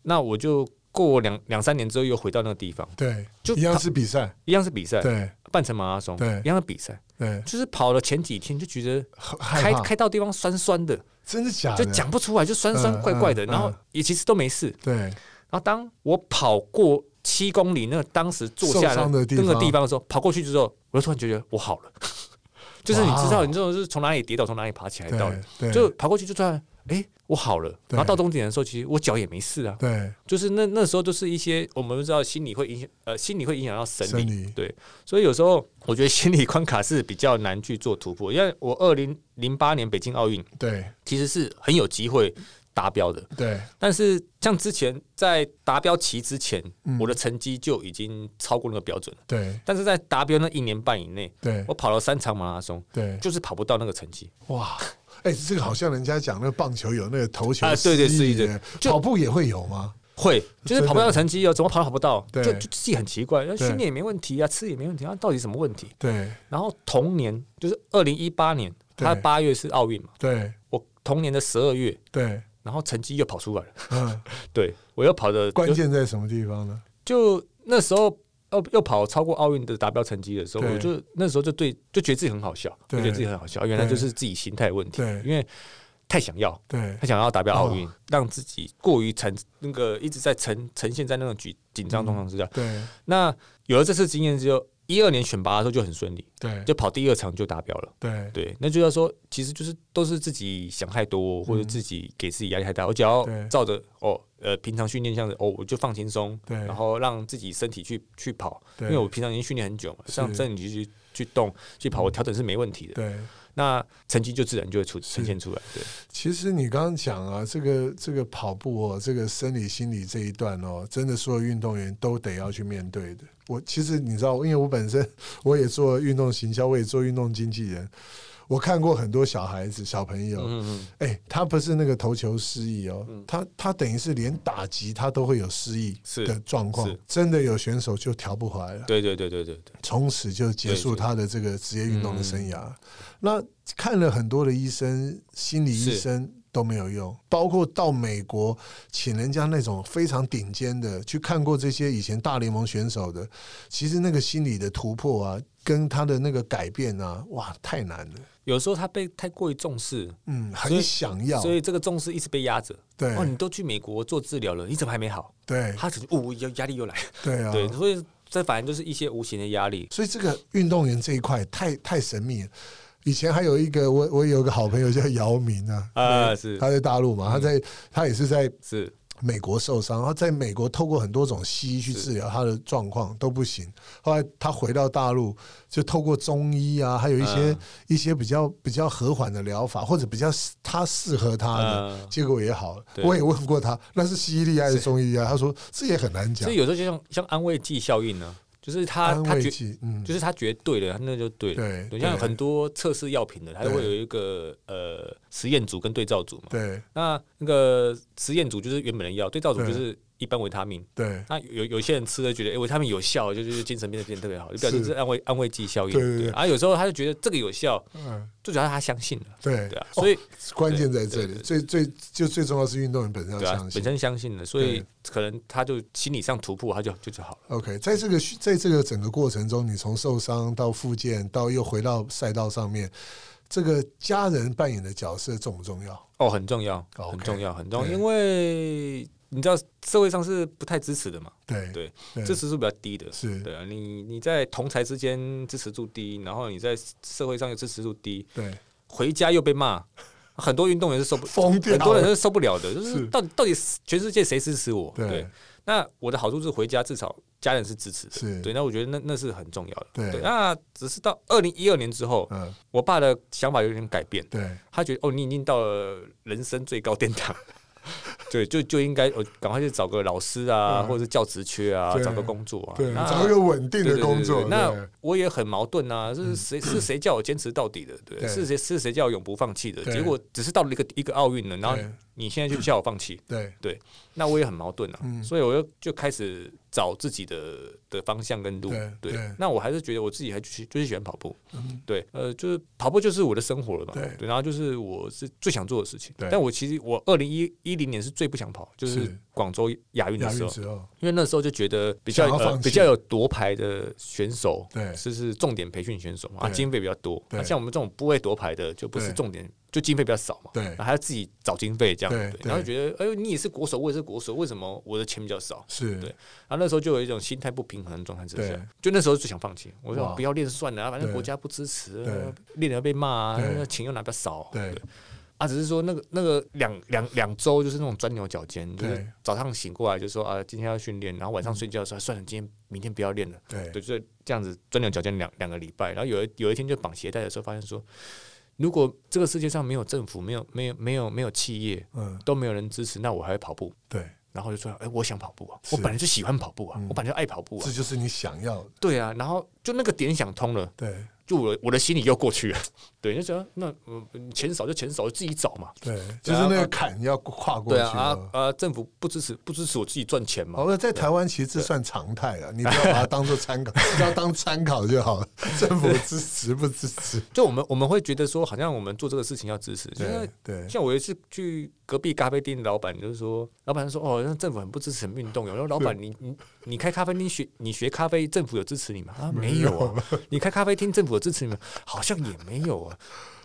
Speaker 3: 那我就过两两三年之后又回到那个地方，
Speaker 2: 对，
Speaker 3: 就
Speaker 2: 一样是比赛，
Speaker 3: 一样是比赛，
Speaker 2: 对
Speaker 3: 半程马拉松，
Speaker 2: 对
Speaker 3: 一样的比赛，
Speaker 2: 对，
Speaker 3: 就是跑了前几天就觉得
Speaker 2: 害
Speaker 3: 开
Speaker 2: 怕，
Speaker 3: 开到地方酸酸的，
Speaker 2: 真的假
Speaker 3: 就
Speaker 2: 的？
Speaker 3: 讲不出来，就酸酸怪怪的，
Speaker 2: 嗯嗯
Speaker 3: 然后
Speaker 2: 嗯
Speaker 3: 也其实都没事。
Speaker 2: 对
Speaker 3: 然后当我跑过七公里那个当时坐下
Speaker 2: 受伤的地
Speaker 3: 那个
Speaker 2: 方
Speaker 3: 地方的时候，跑过去之后，我就突然觉得我好了， (laughs) 就是你知道，你这种是从哪里跌倒，从哪里爬起来到的，
Speaker 2: 对
Speaker 3: 哎就
Speaker 2: 对
Speaker 3: 跑过去就突然，哎、我好了。
Speaker 2: 对
Speaker 3: 然后到终点的时候，其实我脚也没事啊，
Speaker 2: 对，
Speaker 3: 就是那那时候就是一些我们都知道心理会影响，呃，心理会影响到生理，
Speaker 2: 生理
Speaker 3: 对，所以有时候我觉得心理关卡是比较难去做突破，因为我二零零八年北京奥运
Speaker 2: 对
Speaker 3: 其实是很有机会达标的，
Speaker 2: 对
Speaker 3: 但是像之前在达标期之前，
Speaker 2: 嗯
Speaker 3: 我的成绩就已经超过那个标准了，
Speaker 2: 对
Speaker 3: 但是在达标那一年半以内，
Speaker 2: 对
Speaker 3: 我跑了三场马拉松，
Speaker 2: 对，
Speaker 3: 就是跑不到那个成绩，
Speaker 2: 哇！哎、这个好像人家讲那个棒球有那个投球
Speaker 3: 啊对对
Speaker 2: 失忆
Speaker 3: 是
Speaker 2: 耶
Speaker 3: 就
Speaker 2: 跑步也会有吗？
Speaker 3: 会就是跑不到成绩哦，怎么跑都跑不到，
Speaker 2: 对
Speaker 3: 就就自己很奇怪，那训练也没问题啊，吃也没问题啊，到底什么问题？
Speaker 2: 对
Speaker 3: 然后同年就是二零一八年，
Speaker 2: 对
Speaker 3: 他八月是奥运嘛，
Speaker 2: 对
Speaker 3: 我同年的十二月，
Speaker 2: 对，
Speaker 3: 然后成绩又跑
Speaker 2: (laughs)
Speaker 3: 出来了，
Speaker 2: 嗯，
Speaker 3: (laughs) 对我又跑的
Speaker 2: 关键在什么地方呢？
Speaker 3: 就就那时候。哦又又跑超过奥运的达标成绩的时候，
Speaker 2: 对
Speaker 3: 我就那时候就对就觉得自己很好笑，我
Speaker 2: 对
Speaker 3: 觉得自己很好笑，原来就是自己心态问题，
Speaker 2: 对哦
Speaker 3: 因为太想要，
Speaker 2: 对
Speaker 3: 太想要达标奥运，让自己过于沉那个一直在呈呈现在那种紧紧张状况之下。
Speaker 2: 对
Speaker 3: 那有了这次经验之后，一二年选拔的时候就很顺利，
Speaker 2: 对
Speaker 3: 就跑第二场就达标了。
Speaker 2: 对
Speaker 3: 对，那就要说，其实就是都是自己想太多，或者自己给自己压力太大。我只要
Speaker 2: 嗯对
Speaker 3: 照着哦，呃，平常训练这样子，哦，我就放轻松，
Speaker 2: 对
Speaker 3: 然后让自己身体去去跑，因
Speaker 2: 对，
Speaker 3: 为我平常已经训练很久嘛，
Speaker 2: 是嗯
Speaker 3: 像身体去去动去跑，我调整是没问题的。
Speaker 2: 对。
Speaker 3: 那成绩就自然就会出呈现出来。对，
Speaker 2: 其实你刚刚讲啊，这个这个跑步哦，这个生理心理这一段哦，真的所有运动员都得要去面对的。我其实你知道，因为我本身 (laughs) 我也做运动行销，我也做运动经纪人，我看过很多小孩子、小朋友，
Speaker 3: 嗯
Speaker 2: 哎、他不是那个投球失忆哦，他他等于是连打击他都会有失忆
Speaker 3: 是
Speaker 2: 的状况
Speaker 3: 是，
Speaker 2: 真的有选手就调不回来了，
Speaker 3: 对对对对对对，
Speaker 2: 从此就结束
Speaker 3: 对对嗯
Speaker 2: 他的这个职业运动的生涯。那看了很多的医生，心理医
Speaker 3: 是
Speaker 2: 生都没有
Speaker 3: 嗯
Speaker 2: 用，包括到美国请人家那种非常顶尖的去看过这些以前大联盟选手的，其实那个心理的突破啊，跟他的那个改变啊，哇，太难了。
Speaker 3: 有时候他被太过于重视，
Speaker 2: 嗯，
Speaker 3: 所
Speaker 2: 很
Speaker 3: 以
Speaker 2: 想要，
Speaker 3: 所以这个重视一直被压着。
Speaker 2: 对
Speaker 3: 哦，你都去美国做治疗了，你怎么还没好？
Speaker 2: 对
Speaker 3: 他可能哦，压压力又来。
Speaker 2: 对啊，
Speaker 3: 对，所以这反正就是一些无形的压力。
Speaker 2: 所以这个运动员这一块太太神秘了。以前还有一个我我有个好朋友叫姚明啊，
Speaker 3: 啊，是嗯
Speaker 2: 他在大陆嘛，他在他也是在
Speaker 3: 是，
Speaker 2: 美国受伤，他在美国透过很多种西医去治疗他的状况都不行，后来他回到大陆就透过中医啊，还有一些、
Speaker 3: 嗯
Speaker 2: 一些比较比较和缓的疗法，或者比较适他适合他的，
Speaker 3: 嗯
Speaker 2: 结果也好了。
Speaker 3: 对
Speaker 2: 我也问过他，那是西医厉害还是中医啊？他说这也很难讲
Speaker 3: 所以。有时候就像像安慰剂效应呢、就是他
Speaker 2: 安
Speaker 3: 他
Speaker 2: 慰
Speaker 3: 觉
Speaker 2: 剂，嗯，
Speaker 3: 就是他觉得对了，他那就对了。
Speaker 2: 对，
Speaker 3: 对，像有很多测试药品的，它
Speaker 2: 对
Speaker 3: 会有一个呃实验组跟对照组嘛。
Speaker 2: 对
Speaker 3: 那那个实验组就是原本的药，对照组
Speaker 2: 对
Speaker 3: 就是一般维他命。
Speaker 2: 对
Speaker 3: 那有有些人吃了觉得，哎、维他命有效，就是精神变得变得特别好，就表示
Speaker 2: 是
Speaker 3: 是安慰安慰剂效应。
Speaker 2: 对对对
Speaker 3: 啊，有时候他就觉得这个有效，
Speaker 2: 嗯，
Speaker 3: 就主要他相信了，
Speaker 2: 对
Speaker 3: 对啊，
Speaker 2: 哦
Speaker 3: 所以、
Speaker 2: 关键在这里，
Speaker 3: 对对
Speaker 2: 最最就最重要是运动员本身要
Speaker 3: 对啊
Speaker 2: 相，信
Speaker 3: 本。身相信了，所以
Speaker 2: 对
Speaker 3: 可能他就心理上突破，他就就就好了。
Speaker 2: OK，在这个在这个整个过程中，你从受伤到复健，到又回到赛道上面，这个家人扮演的角色重不重要？
Speaker 3: 哦，很重要，
Speaker 2: OK，
Speaker 3: 很重要，很重要，
Speaker 2: 对
Speaker 3: 因为你知道社会上是不太支持的嘛，
Speaker 2: 对
Speaker 3: 对
Speaker 2: 哎对
Speaker 3: 支持度比较低的，
Speaker 2: 是，
Speaker 3: 对啊，你你在同才之间支持度低，然后你在社会上又支持度低，
Speaker 2: 对，
Speaker 3: 回家又被骂，很多运动员是
Speaker 2: (laughs)
Speaker 3: 受不，
Speaker 2: 疯掉
Speaker 3: 很多人
Speaker 2: 了，
Speaker 3: 是受不了的，就是
Speaker 2: 啊是
Speaker 3: 到底到底全世界谁支持我？
Speaker 2: 对
Speaker 3: 对，那我的好处是回家至少家人是支持的，
Speaker 2: 是
Speaker 3: 对，那我觉得那那是很重要的，
Speaker 2: 对
Speaker 3: 那只是到二零一二年之后，
Speaker 2: 嗯，
Speaker 3: 我爸的想法有点改变。
Speaker 2: 对
Speaker 3: 他觉得哦，你已经到了人生最高殿
Speaker 2: (laughs)
Speaker 3: 堂，对，就就应该哦，赶快去找个老师啊，
Speaker 2: 嗯
Speaker 3: 或者是教职缺啊，
Speaker 2: 对
Speaker 3: 找个工作啊，
Speaker 2: 对，
Speaker 3: 那
Speaker 2: 找一个稳定
Speaker 3: 对
Speaker 2: 的
Speaker 3: 对
Speaker 2: 工
Speaker 3: 对
Speaker 2: 作
Speaker 3: 对，
Speaker 2: 对嗯
Speaker 3: 那我也很矛盾啊，是谁是谁叫我坚持到底的？对，
Speaker 2: 对
Speaker 3: 是谁是谁叫我永不放弃的？
Speaker 2: 对
Speaker 3: 结果只是到了一个一个奥运了，然后
Speaker 2: 对
Speaker 3: 你现在就叫我放弃，
Speaker 2: 对
Speaker 3: 那我也很矛盾啊，
Speaker 2: 嗯
Speaker 3: 所以我就就开始找自己的的方向跟路。
Speaker 2: 对
Speaker 3: 对
Speaker 2: 对
Speaker 3: 那我还是觉得我自己还就是就是喜欢跑步。
Speaker 2: 嗯
Speaker 3: 对，呃，就是跑步就是我的生活了嘛。
Speaker 2: 对
Speaker 3: 然后就是我是最想做的事情。
Speaker 2: 对
Speaker 3: 但我其实我二零一一零年是最不想跑，就是
Speaker 2: 是
Speaker 3: 广州亚运的
Speaker 2: 亚
Speaker 3: 时
Speaker 2: 运
Speaker 3: 候，
Speaker 2: 之后，
Speaker 3: 因为那时候就觉得比较、
Speaker 2: 想要
Speaker 3: 呃
Speaker 2: 放弃
Speaker 3: 比较有夺牌的选手，
Speaker 2: 对
Speaker 3: 就是重点培训选手嘛，啊，
Speaker 2: 对
Speaker 3: 经费比较多。
Speaker 2: 对
Speaker 3: 啊、像我们这种不会夺牌的，就不是
Speaker 2: 对
Speaker 3: 重点就经费比较少嘛，
Speaker 2: 对
Speaker 3: 然后还要自己找经费这样，
Speaker 2: 对
Speaker 3: 对，
Speaker 2: 对
Speaker 3: 然后就觉得，哎呦，你也是国手，我也是国手，为什么我的钱比较少？
Speaker 2: 是
Speaker 3: 对然后那时候就有一种心态不平衡的状态之
Speaker 2: 对
Speaker 3: 下，就那时候就想放弃，我
Speaker 2: 哇
Speaker 3: 说不要练算了啊，反正
Speaker 2: 对
Speaker 3: 国家不支持啊
Speaker 2: 对，
Speaker 3: 练了被骂啊
Speaker 2: 对，
Speaker 3: 那钱又拿比较少，
Speaker 2: 对
Speaker 3: 啊，只是说那个那个两两两周就是那种钻牛角尖，就
Speaker 2: 对
Speaker 3: 是早上醒过来就说啊，今天要训练，然后晚上睡觉的时候、啊算了，今天明天不要练了，
Speaker 2: 对
Speaker 3: 对，就这样子钻牛角尖两两个礼拜，然后有一有一天就绑鞋带的时候，发现说，如果这个世界上没有政府，没有没有没有没有企业，
Speaker 2: 嗯
Speaker 3: 都没有人支持，那我还会跑步。
Speaker 2: 对，
Speaker 3: 然后就说，哎、我想跑步啊，
Speaker 2: 是
Speaker 3: 我本来就喜欢跑步啊，
Speaker 2: 嗯
Speaker 3: 我本来就爱跑步啊
Speaker 2: 这，就是你想要的，
Speaker 3: 对啊，然后就那个点想通了，
Speaker 2: 对
Speaker 3: 就我的我的心里又过去了， (laughs) 对，就觉得那嗯钱少就钱少，自己找嘛，
Speaker 2: 对，就是那个坎要跨过
Speaker 3: 啊对
Speaker 2: 去
Speaker 3: 啊啊
Speaker 2: 了。哦
Speaker 3: 啊！政府不支持，不支持我自己赚钱嘛
Speaker 2: 好？了，在台湾其实这算常态了，你不要把它当做参考，
Speaker 3: (laughs)
Speaker 2: 不要当参考就好了。政府支持不支持？
Speaker 3: 就我们我们会觉得说，好像我们做这个事情要支持，就
Speaker 2: 对
Speaker 3: 是
Speaker 2: 对
Speaker 3: 像我有一次去隔壁咖啡店，老板就是说，老板说哦，那政府很不支持运动，有时候老板你你你开咖啡厅学你学咖啡，政府有支持你吗？啊，没有啊，你开咖啡厅政府有支持你吗？好像也没有啊。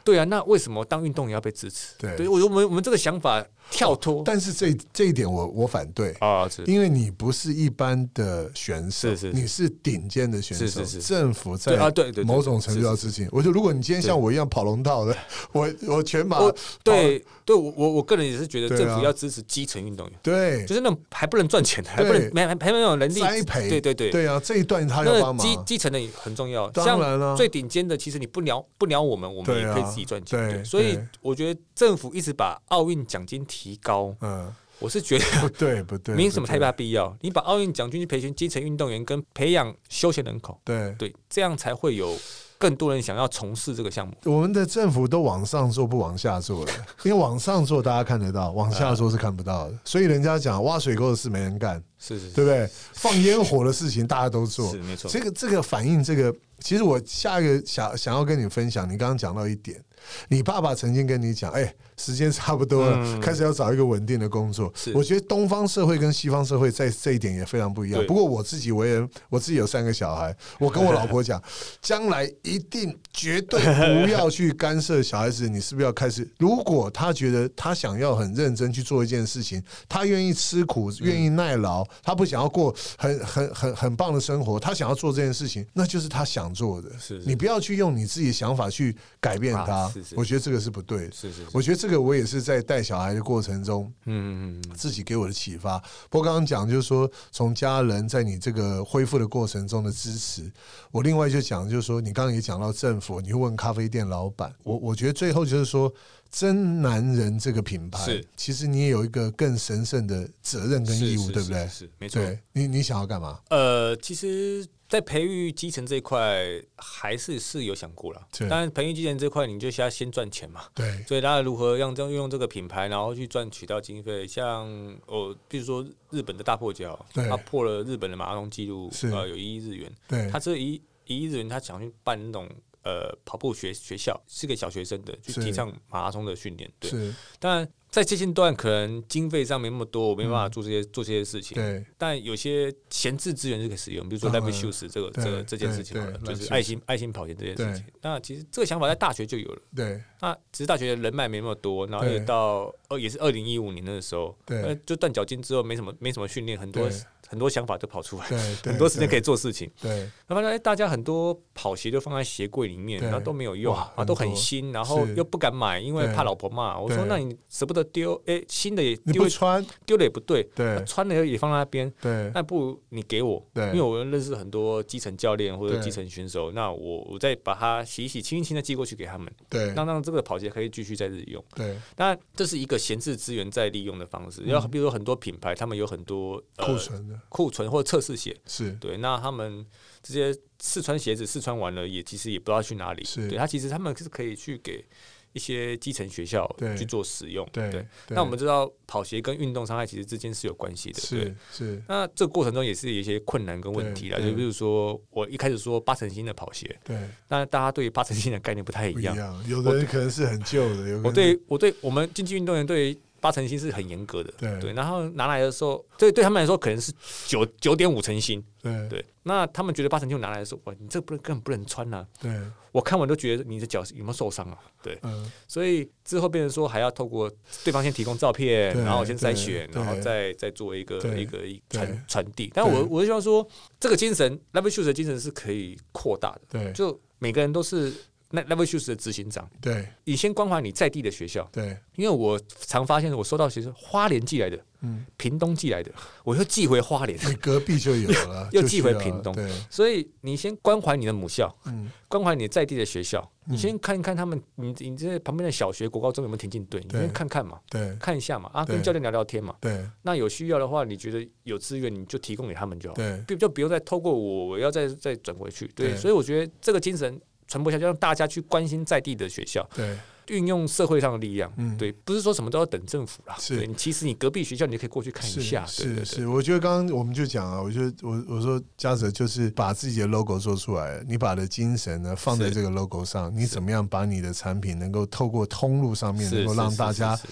Speaker 3: 对啊，那为什么当运动也要被支持？
Speaker 2: 对
Speaker 3: 我我们我们这个想法跳脱
Speaker 2: 但是这这一点我我反对，
Speaker 3: 啊，是
Speaker 2: 因为你不是一般的选手，
Speaker 3: 是是是
Speaker 2: 你是顶尖的选手，
Speaker 3: 是是是
Speaker 2: 政府在
Speaker 3: 对啊对对对
Speaker 2: 某种程度要支持你。我觉得如果你今天像我一样跑龙套的，我我全马
Speaker 3: 我
Speaker 2: 跑
Speaker 3: 对对我我我个人也是觉得
Speaker 2: 对啊
Speaker 3: 政府要支持基层运动员。
Speaker 2: 对
Speaker 3: 就是那种还不能赚钱的，还不能没还还没有能力
Speaker 2: 栽培，
Speaker 3: 对对对。
Speaker 2: 对啊，这一段他
Speaker 3: 那
Speaker 2: 要
Speaker 3: 个
Speaker 2: 帮
Speaker 3: 基
Speaker 2: 忙，
Speaker 3: 基层的也很重要，
Speaker 2: 当
Speaker 3: 像
Speaker 2: 然啊
Speaker 3: 最顶尖的，其实你不聊不聊我们，我们
Speaker 2: 对
Speaker 3: 也
Speaker 2: 啊
Speaker 3: 可以自己赚钱。
Speaker 2: 对
Speaker 3: 对所以
Speaker 2: 对
Speaker 3: 我觉得政府一直把奥运奖金提高，
Speaker 2: 嗯，
Speaker 3: 我是觉得
Speaker 2: 不对不对，
Speaker 3: 没什么
Speaker 2: 不
Speaker 3: 太
Speaker 2: 对
Speaker 3: 大必要。你把奥运奖金去培训基层运动员，跟培养休闲人口，
Speaker 2: 对。
Speaker 3: 对，这样才会有更多人想要从事这个项目。
Speaker 2: 我们的政府都往上做，不往下做
Speaker 3: (laughs)
Speaker 2: 了。因为往上做大家看得到，往下做是看不到的。所以人家讲挖水沟的事没人干，
Speaker 3: 是是是
Speaker 2: 对不对？放烟火的事情大家都做
Speaker 3: 是，没错
Speaker 2: 这个这个反映这个，其实我下一个想想要跟你分享，你刚刚讲到一点，你爸爸曾经跟你讲，哎、时间差不多了，开始要找一个稳定的工作
Speaker 3: 嗯是。
Speaker 2: 我觉得东方社会跟西方社会在这一点也非常不一样。
Speaker 3: 对
Speaker 2: 不过我自己为人，我自己有三个小孩，我跟我老婆
Speaker 3: (laughs)
Speaker 2: 讲，将来一定绝对不要去干涉小孩子，你是不是要开始？如果他觉得他想要很认真去做一件事情，他愿意吃苦，
Speaker 3: 嗯
Speaker 2: 愿意耐劳，他不想要过很很很很棒的生活，他想要做这件事情，那就是他想做的。
Speaker 3: 是是
Speaker 2: 你不要去用你自己的想法去改变他，
Speaker 3: 啊是是
Speaker 2: 我觉得这个是不对的。
Speaker 3: 是是是，
Speaker 2: 我觉得这个我也是在带小孩的过程中，
Speaker 3: 嗯嗯嗯，
Speaker 2: 自己给我的启发。不过刚刚讲就是说，从家人在你这个恢复的过程中的支持，我另外就讲就是说，你刚刚也讲到政府，你会问咖啡店老板，我我觉得最后就是说，真男人这个品牌
Speaker 3: 是，
Speaker 2: 其实你也有一个更神圣的责任跟义
Speaker 3: 是
Speaker 2: 务，
Speaker 3: 是
Speaker 2: 对不对
Speaker 3: 是？是，没错。
Speaker 2: 对你，你想要干嘛？
Speaker 3: 呃，其实，在培育基层这一块，还是是有想过了。
Speaker 2: 对
Speaker 3: 当然，培育基层这块，你就先先赚钱嘛。
Speaker 2: 对
Speaker 3: 所以，大家如何让这样用这个品牌，然后去赚取到经费？像哦，比如说日本的大破脚，
Speaker 2: 对
Speaker 3: 他破了日本的马拉松纪录
Speaker 2: 是，
Speaker 3: 呃，有一亿日元。
Speaker 2: 对
Speaker 3: 他这一一亿日元，他想去办那种呃跑步学学校，是给小学生的，去
Speaker 2: 是
Speaker 3: 提倡马拉松的训练。对，
Speaker 2: 是，
Speaker 3: 当然在接近段可能经费上没那么多，我没办法做这些、做这些事情。
Speaker 2: 嗯对
Speaker 3: 但有些闲置资源是可以使用，比如说
Speaker 2: 当
Speaker 3: Life
Speaker 2: 然
Speaker 3: Shoes 这个
Speaker 2: 嗯对
Speaker 3: 这个这件
Speaker 2: 对
Speaker 3: 事情好了，
Speaker 2: 对
Speaker 3: 就是
Speaker 2: Life
Speaker 3: 爱心爱心跑鞋这件事情。那其实这个想法在大学就有了，
Speaker 2: 对
Speaker 3: 那只是大学的人脉没那么多，然后
Speaker 2: 对
Speaker 3: 也到呃也是二零一五年那个时候，
Speaker 2: 对
Speaker 3: 呃就断脚筋之后没什么没什么训练，很多
Speaker 2: 对
Speaker 3: 很多想法就跑出来， (laughs)
Speaker 2: 对，对
Speaker 3: 很多时间可
Speaker 2: 对
Speaker 3: 以做事情。
Speaker 2: 对
Speaker 3: 那发现哎，大家很多跑鞋就放在鞋柜里面，
Speaker 2: 对
Speaker 3: 然后都没有用，
Speaker 2: 哇
Speaker 3: 啊，都
Speaker 2: 很
Speaker 3: 很
Speaker 2: 多
Speaker 3: 新，然后
Speaker 2: 是
Speaker 3: 又不敢买，因为
Speaker 2: 对
Speaker 3: 怕老婆骂。我说
Speaker 2: 对
Speaker 3: 那你舍不得丢，哎，新的也
Speaker 2: 你
Speaker 3: 丢
Speaker 2: 不穿，
Speaker 3: 丢了也不对，
Speaker 2: 对
Speaker 3: 穿了也放在那边，
Speaker 2: 对
Speaker 3: 那不如你给我，
Speaker 2: 对
Speaker 3: 因为我认识很多基层教练或者
Speaker 2: 对
Speaker 3: 基层选手，那我我再把它洗一洗、清一清，再寄过去给他们，
Speaker 2: 对
Speaker 3: 让让这个跑鞋可以继续再日用。
Speaker 2: 对
Speaker 3: 当然，这是一个闲置资源再利用的方式。然后，比如说很多品牌，他们有很多
Speaker 2: 嗯库
Speaker 3: 呃
Speaker 2: 存的
Speaker 3: 库存或者测试鞋，
Speaker 2: 是
Speaker 3: 对，那他们这些试穿鞋子试穿完了也，其实也不知道去哪里。
Speaker 2: 是
Speaker 3: 对，他其实他们是可以去给一些基层学校
Speaker 2: 对
Speaker 3: 去做使用。
Speaker 2: 对对
Speaker 3: 那我们知道跑鞋跟运动伤害其实之间是有关系的。对
Speaker 2: 是。是
Speaker 3: 那这个过程中也是有一些困难跟问题啦，
Speaker 2: 对
Speaker 3: 就
Speaker 2: 对
Speaker 3: 比如说我一开始说八成新的跑鞋，
Speaker 2: 对。
Speaker 3: 那大家对八成新的概念不太一
Speaker 2: 不一
Speaker 3: 样。
Speaker 2: 样，有的人可能是很旧的，有的人
Speaker 3: 我对我对我们竞技运动员对八成新是很严格的，
Speaker 2: 对
Speaker 3: 对。然后拿来的时候，对对他们来说可能是九九点五成新，
Speaker 2: 对
Speaker 3: 对。那他们觉得八成新拿来的时候，哇，你这不能根本不能穿呐、
Speaker 2: 对，
Speaker 3: 我看完都觉得你的脚有没有受伤啊？对，
Speaker 2: 嗯，
Speaker 3: 所以之后变成说还要透过对方先提供照片，
Speaker 2: 对
Speaker 3: 然后先筛选，
Speaker 2: 对
Speaker 3: 然后再再做一个
Speaker 2: 对
Speaker 3: 一个一
Speaker 2: 对
Speaker 3: 传传递。但
Speaker 2: 对
Speaker 3: 我我是希望说，这个精神 level shoes 的精神是可以扩大的，
Speaker 2: 对，
Speaker 3: 就每个人都是那 level shoes 的执行长。
Speaker 2: 对，
Speaker 3: 你先关怀你在地的学校，
Speaker 2: 对，
Speaker 3: 因为我常发现我收到学生花莲寄来的、
Speaker 2: 嗯，
Speaker 3: 屏东寄来的，我又寄回花
Speaker 2: (laughs)
Speaker 3: 莲，
Speaker 2: 你隔壁就有了，
Speaker 3: (laughs) 又
Speaker 2: 就
Speaker 3: 寄回
Speaker 2: 需要
Speaker 3: 屏东
Speaker 2: 对，
Speaker 3: 所以你先关怀你的母校，
Speaker 2: 嗯，
Speaker 3: 关怀你在地的学校，
Speaker 2: 嗯
Speaker 3: 你先看一看他们，你你这旁边的小学、国高中有没有田径队，你
Speaker 2: 对
Speaker 3: 先看看嘛，
Speaker 2: 对，
Speaker 3: 看一下嘛，啊，
Speaker 2: 对
Speaker 3: 跟教练聊聊天嘛。
Speaker 2: 对，
Speaker 3: 那有需要的话，你觉得有资源你就提供给他们就好，
Speaker 2: 对，
Speaker 3: 就就不用再透过我，我要再再转回去。对，
Speaker 2: 对
Speaker 3: 所以我觉得这个精神传播下去，让大家去关心在地的学校，
Speaker 2: 对，
Speaker 3: 运用社会上的力量。
Speaker 2: 嗯，
Speaker 3: 对，不是说什么都要等政府啦。
Speaker 2: 是
Speaker 3: 对，你其实你隔壁学校你就可以过去看一
Speaker 2: 是
Speaker 3: 下。对
Speaker 2: 是
Speaker 3: 对对
Speaker 2: 是，我觉得刚刚我们就讲啊，我觉得我我说嘉泽就是把自己的 logo 做出来，你把的精神呢放在
Speaker 3: 是
Speaker 2: 这个 logo 上，你怎么样把你的产品能够透过通路上面
Speaker 3: 是
Speaker 2: 能够让
Speaker 3: 是
Speaker 2: 大
Speaker 3: 是
Speaker 2: 家
Speaker 3: 是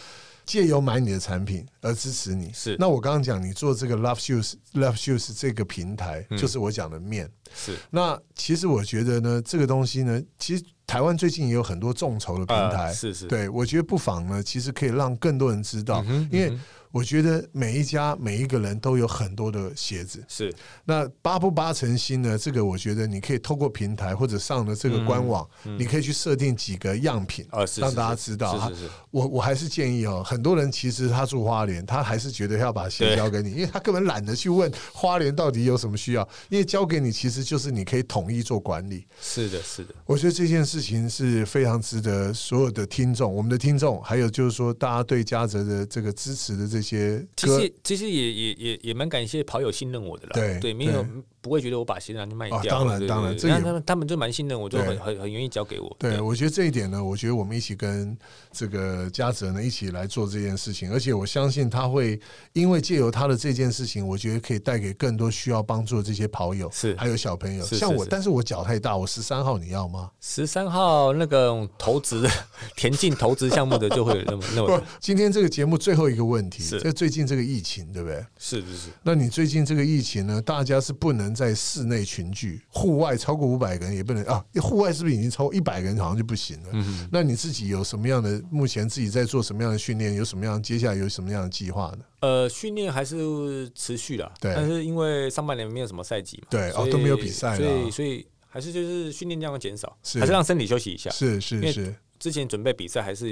Speaker 2: 借由买你的产品而支持你。
Speaker 3: 是
Speaker 2: 那我刚刚讲你做这个 Love Shoes Love Shoes 这个平台，
Speaker 3: 嗯
Speaker 2: 就是我讲的面。
Speaker 3: 是是
Speaker 2: 那其实我觉得呢，这个东西呢，其实台湾最近也有很多众筹的平
Speaker 3: 呃
Speaker 2: 台。
Speaker 3: 是是，
Speaker 2: 对，我觉得不妨呢，其实可以让更多人知道，
Speaker 3: 嗯哼，
Speaker 2: 因为
Speaker 3: 嗯哼
Speaker 2: 我觉得每一家每一个人都有很多的鞋子，
Speaker 3: 是
Speaker 2: 那八不八成新呢？这个我觉得你可以透过平台或者上的这个官网，你可以去设定几个样品，
Speaker 3: 呃嗯是
Speaker 2: 让
Speaker 3: 是
Speaker 2: 大家
Speaker 3: 是
Speaker 2: 知道啊
Speaker 3: 是是是
Speaker 2: 我我还是建议哦，很多人其实他住花莲，他还是觉得要把鞋
Speaker 3: 对
Speaker 2: 交给你，因为他根本懒得去问花莲到底有什么需要，因为交给你其实就是你可以统一做管理。
Speaker 3: 是的是的，
Speaker 2: 我觉得这件事情是非常值得所有的听众，我们的听众，还有就是说大家对嘉泽的这个支持的这些
Speaker 3: 其
Speaker 2: 歌
Speaker 3: 实其实也也也也蛮感谢跑友信任我的啦，
Speaker 2: 对
Speaker 3: 对，没有
Speaker 2: 对
Speaker 3: 不会觉得我把鞋拿去卖
Speaker 2: 啊
Speaker 3: 掉，
Speaker 2: 当然
Speaker 3: 对对
Speaker 2: 当然
Speaker 3: 对
Speaker 2: 这
Speaker 3: 那
Speaker 2: 也
Speaker 3: 他们他们就蛮信任我，就
Speaker 2: 对
Speaker 3: 很很很愿意交给我，
Speaker 2: 对，我觉得这一点呢，我觉得我们一起跟这个嘉泽呢一起来做这件事情，而且我相信他会因为借由他的这件事情，我觉得可以带给更多需要帮助的这些跑友，
Speaker 3: 是
Speaker 2: 还有小朋友，
Speaker 3: 是
Speaker 2: 像
Speaker 3: 是
Speaker 2: 我，
Speaker 3: 是
Speaker 2: 但是我脚太大，我十三号你要吗？
Speaker 3: 十三号那个投资 (laughs) 的田径投资项目的就会有那么
Speaker 2: (laughs)
Speaker 3: 那
Speaker 2: 不
Speaker 3: 么，
Speaker 2: 今天这个节目最后一个问题，
Speaker 3: 是
Speaker 2: 这最近这个疫情，对不对？
Speaker 3: 是是是，
Speaker 2: 那你最近这个疫情呢，大家是不能在室内群聚，户外超过五百个人也不能啊，户外是不是已经超一百个人好像就不行了？
Speaker 3: 嗯，
Speaker 2: 那你自己有什么样的？目前自己在做什么样的训练？有什么样？接下来有什么样的计划呢？
Speaker 3: 呃，训练还是持续啦，
Speaker 2: 对
Speaker 3: 但是因为上半年没有什么赛季嘛，
Speaker 2: 对哦
Speaker 3: 所以
Speaker 2: 都没有比赛啦
Speaker 3: 所以所以还是就是训练量要减少，
Speaker 2: 是
Speaker 3: 还是让身体休息一下。
Speaker 2: 是是
Speaker 3: 为
Speaker 2: 是，
Speaker 3: 之前准备比赛还是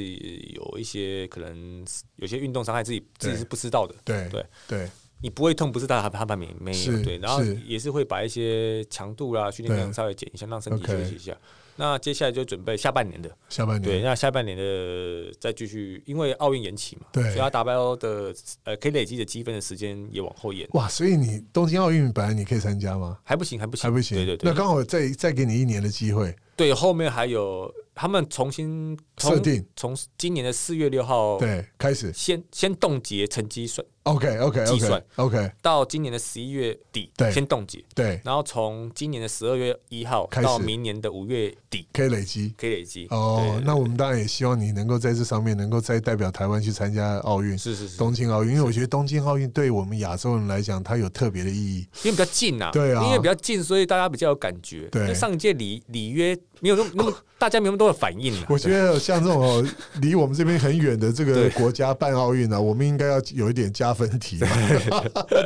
Speaker 3: 有一些可能有些运动伤害自己
Speaker 2: 对
Speaker 3: 自己是不知道的，
Speaker 2: 对
Speaker 3: 对
Speaker 2: 对
Speaker 3: 你不会痛不是大家他怕没没
Speaker 2: 是
Speaker 3: 有对，然后
Speaker 2: 是
Speaker 3: 也是会把一些强度啦训练量
Speaker 2: 对
Speaker 3: 稍微减一下，让身体
Speaker 2: OK 嗯
Speaker 3: 休息一下。那接下来就准备下半年的，
Speaker 2: 下半
Speaker 3: 对，
Speaker 2: 年
Speaker 3: 那下半年的再继续，因为奥运延期嘛，
Speaker 2: 对
Speaker 3: 所以他 W 的呃可以累积的积分的时间也往后延，
Speaker 2: 哇，所以你东京奥运本来你可以参加吗？
Speaker 3: 还不行，还不
Speaker 2: 还
Speaker 3: 行，
Speaker 2: 不行，
Speaker 3: 对对
Speaker 2: 那
Speaker 3: 对，
Speaker 2: 刚好再再给你一年的机会，
Speaker 3: 对，后面还有他们重新从
Speaker 2: 设定
Speaker 3: 从今年的四月六号，
Speaker 2: 对，开始
Speaker 3: 先先冻结成绩算，
Speaker 2: OK OK
Speaker 3: 计
Speaker 2: OK
Speaker 3: 算
Speaker 2: OK，
Speaker 3: 到今年的十一月底
Speaker 2: 对
Speaker 3: 先冻结，
Speaker 2: 对，
Speaker 3: 然后从今年的十二月一号
Speaker 2: 开始
Speaker 3: 到明年的五月底
Speaker 2: 可以累积。
Speaker 3: 可以累积。
Speaker 2: 哦
Speaker 3: 对，
Speaker 2: 那我们当然也希望你能够在这上面能够再代表台湾去参加奥运，
Speaker 3: 是是是，
Speaker 2: 东京奥运，因为我觉得东京奥运对我们亚洲人来讲，它有特别的意
Speaker 3: (laughs)
Speaker 2: 义。
Speaker 3: 因为比较近啊，
Speaker 2: 对啊
Speaker 3: 因为比较近，所以大家比较有感觉。
Speaker 2: 对
Speaker 3: 因为上一届里里约没有那么
Speaker 2: (laughs)
Speaker 3: 那么大家没有那么多的反应啊。
Speaker 2: 我觉得像这种
Speaker 3: (laughs)
Speaker 2: 哦离我们这边很远的这个
Speaker 3: 对
Speaker 2: 国家办奥运呢，啊我们应该要有一点加分题
Speaker 3: (laughs)
Speaker 2: 嘛，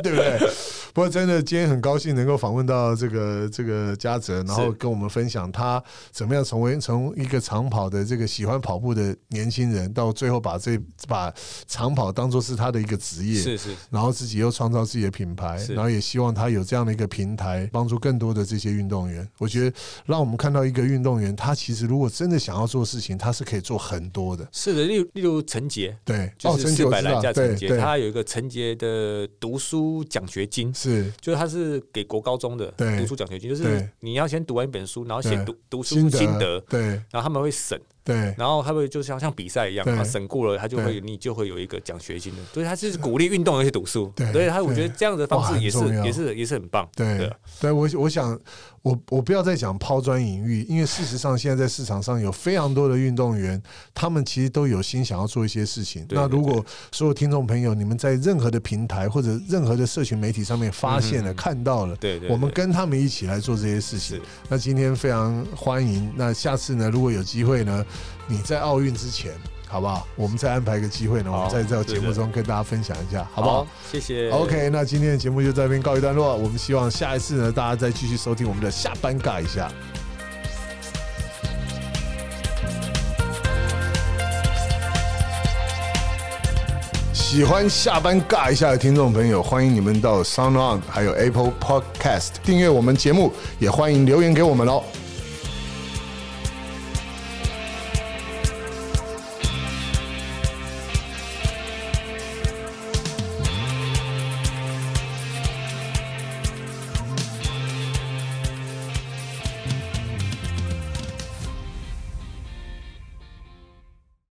Speaker 2: 对不对？不过真的，今天很高兴能够访问到这个这个嘉泽，然后
Speaker 3: 是
Speaker 2: 跟我们分享他怎么样成为从一个长跑的这个喜欢跑步的年轻人，到最后把这把长跑当做是他的一个职业，
Speaker 3: 是是，
Speaker 2: 然后自己又创造自己的品牌，
Speaker 3: 是
Speaker 2: 然后也希望他有这样的一个平台，帮助更多的这些运动员。我觉得让我们看到一个运动员，他其实如果真的想要做事情，他是可以做很多的。
Speaker 3: 是的，例如例如陈杰，
Speaker 2: 对，
Speaker 3: 就
Speaker 2: 哦，
Speaker 3: 是
Speaker 2: 陈杰
Speaker 3: 四
Speaker 2: 我
Speaker 3: 百
Speaker 2: 知
Speaker 3: 来
Speaker 2: 道，
Speaker 3: 架陈
Speaker 2: 对
Speaker 3: 杰，
Speaker 2: 对，
Speaker 3: 他有一个陈杰的读书奖学金，
Speaker 2: 是
Speaker 3: 就是他是给国高中的
Speaker 2: 对
Speaker 3: 读书奖学金，就
Speaker 2: 对
Speaker 3: 是你要先读完一本书，然后写
Speaker 2: 对
Speaker 3: 读读书
Speaker 2: 心
Speaker 3: 心得，
Speaker 2: 对
Speaker 3: 然后他们会审，
Speaker 2: 对
Speaker 3: 然后他会就是像像比赛一样
Speaker 2: 对
Speaker 3: 啊，审过了他就会
Speaker 2: 对
Speaker 3: 你就会有一个奖学金的，所以他是鼓励运动而且读书，
Speaker 2: 对
Speaker 3: 所以他我觉得
Speaker 2: 对
Speaker 3: 这样的方
Speaker 2: 哇
Speaker 3: 式
Speaker 2: 很
Speaker 3: 也是
Speaker 2: 重要
Speaker 3: 也是也是很棒，
Speaker 2: 对
Speaker 3: 对，啊
Speaker 2: 对我我想，我我不要再讲抛砖引玉，因为事实上现在在市场上有非常多的运动员，他们其实都有心想要做一些事情。
Speaker 3: 对
Speaker 2: 那
Speaker 3: 对
Speaker 2: 如果所有听众朋友，你们在任何的平台或者任何的社群媒体上面发现了、
Speaker 3: 嗯
Speaker 2: 看到了，
Speaker 3: 对对，
Speaker 2: 我们
Speaker 3: 对
Speaker 2: 跟他们一起来做这些事情
Speaker 3: 是。
Speaker 2: 那今天非常欢迎。那下次呢，如果有机会呢，你在奥运之前，好不好？我们再安排一个机会呢，我们
Speaker 3: 好
Speaker 2: 再在节目
Speaker 3: 是的
Speaker 2: 中跟大家分享一下，好不好？？
Speaker 3: 谢谢
Speaker 2: OK，那今天的节目就在这边告一段落。我们希望下一次呢，大家再继续收听我们的下班尬一下。喜欢下班尬一下的听众朋友，欢迎你们到 Sound On 还有 Apple Podcast 订阅我们节目，也欢迎留言给我们哦。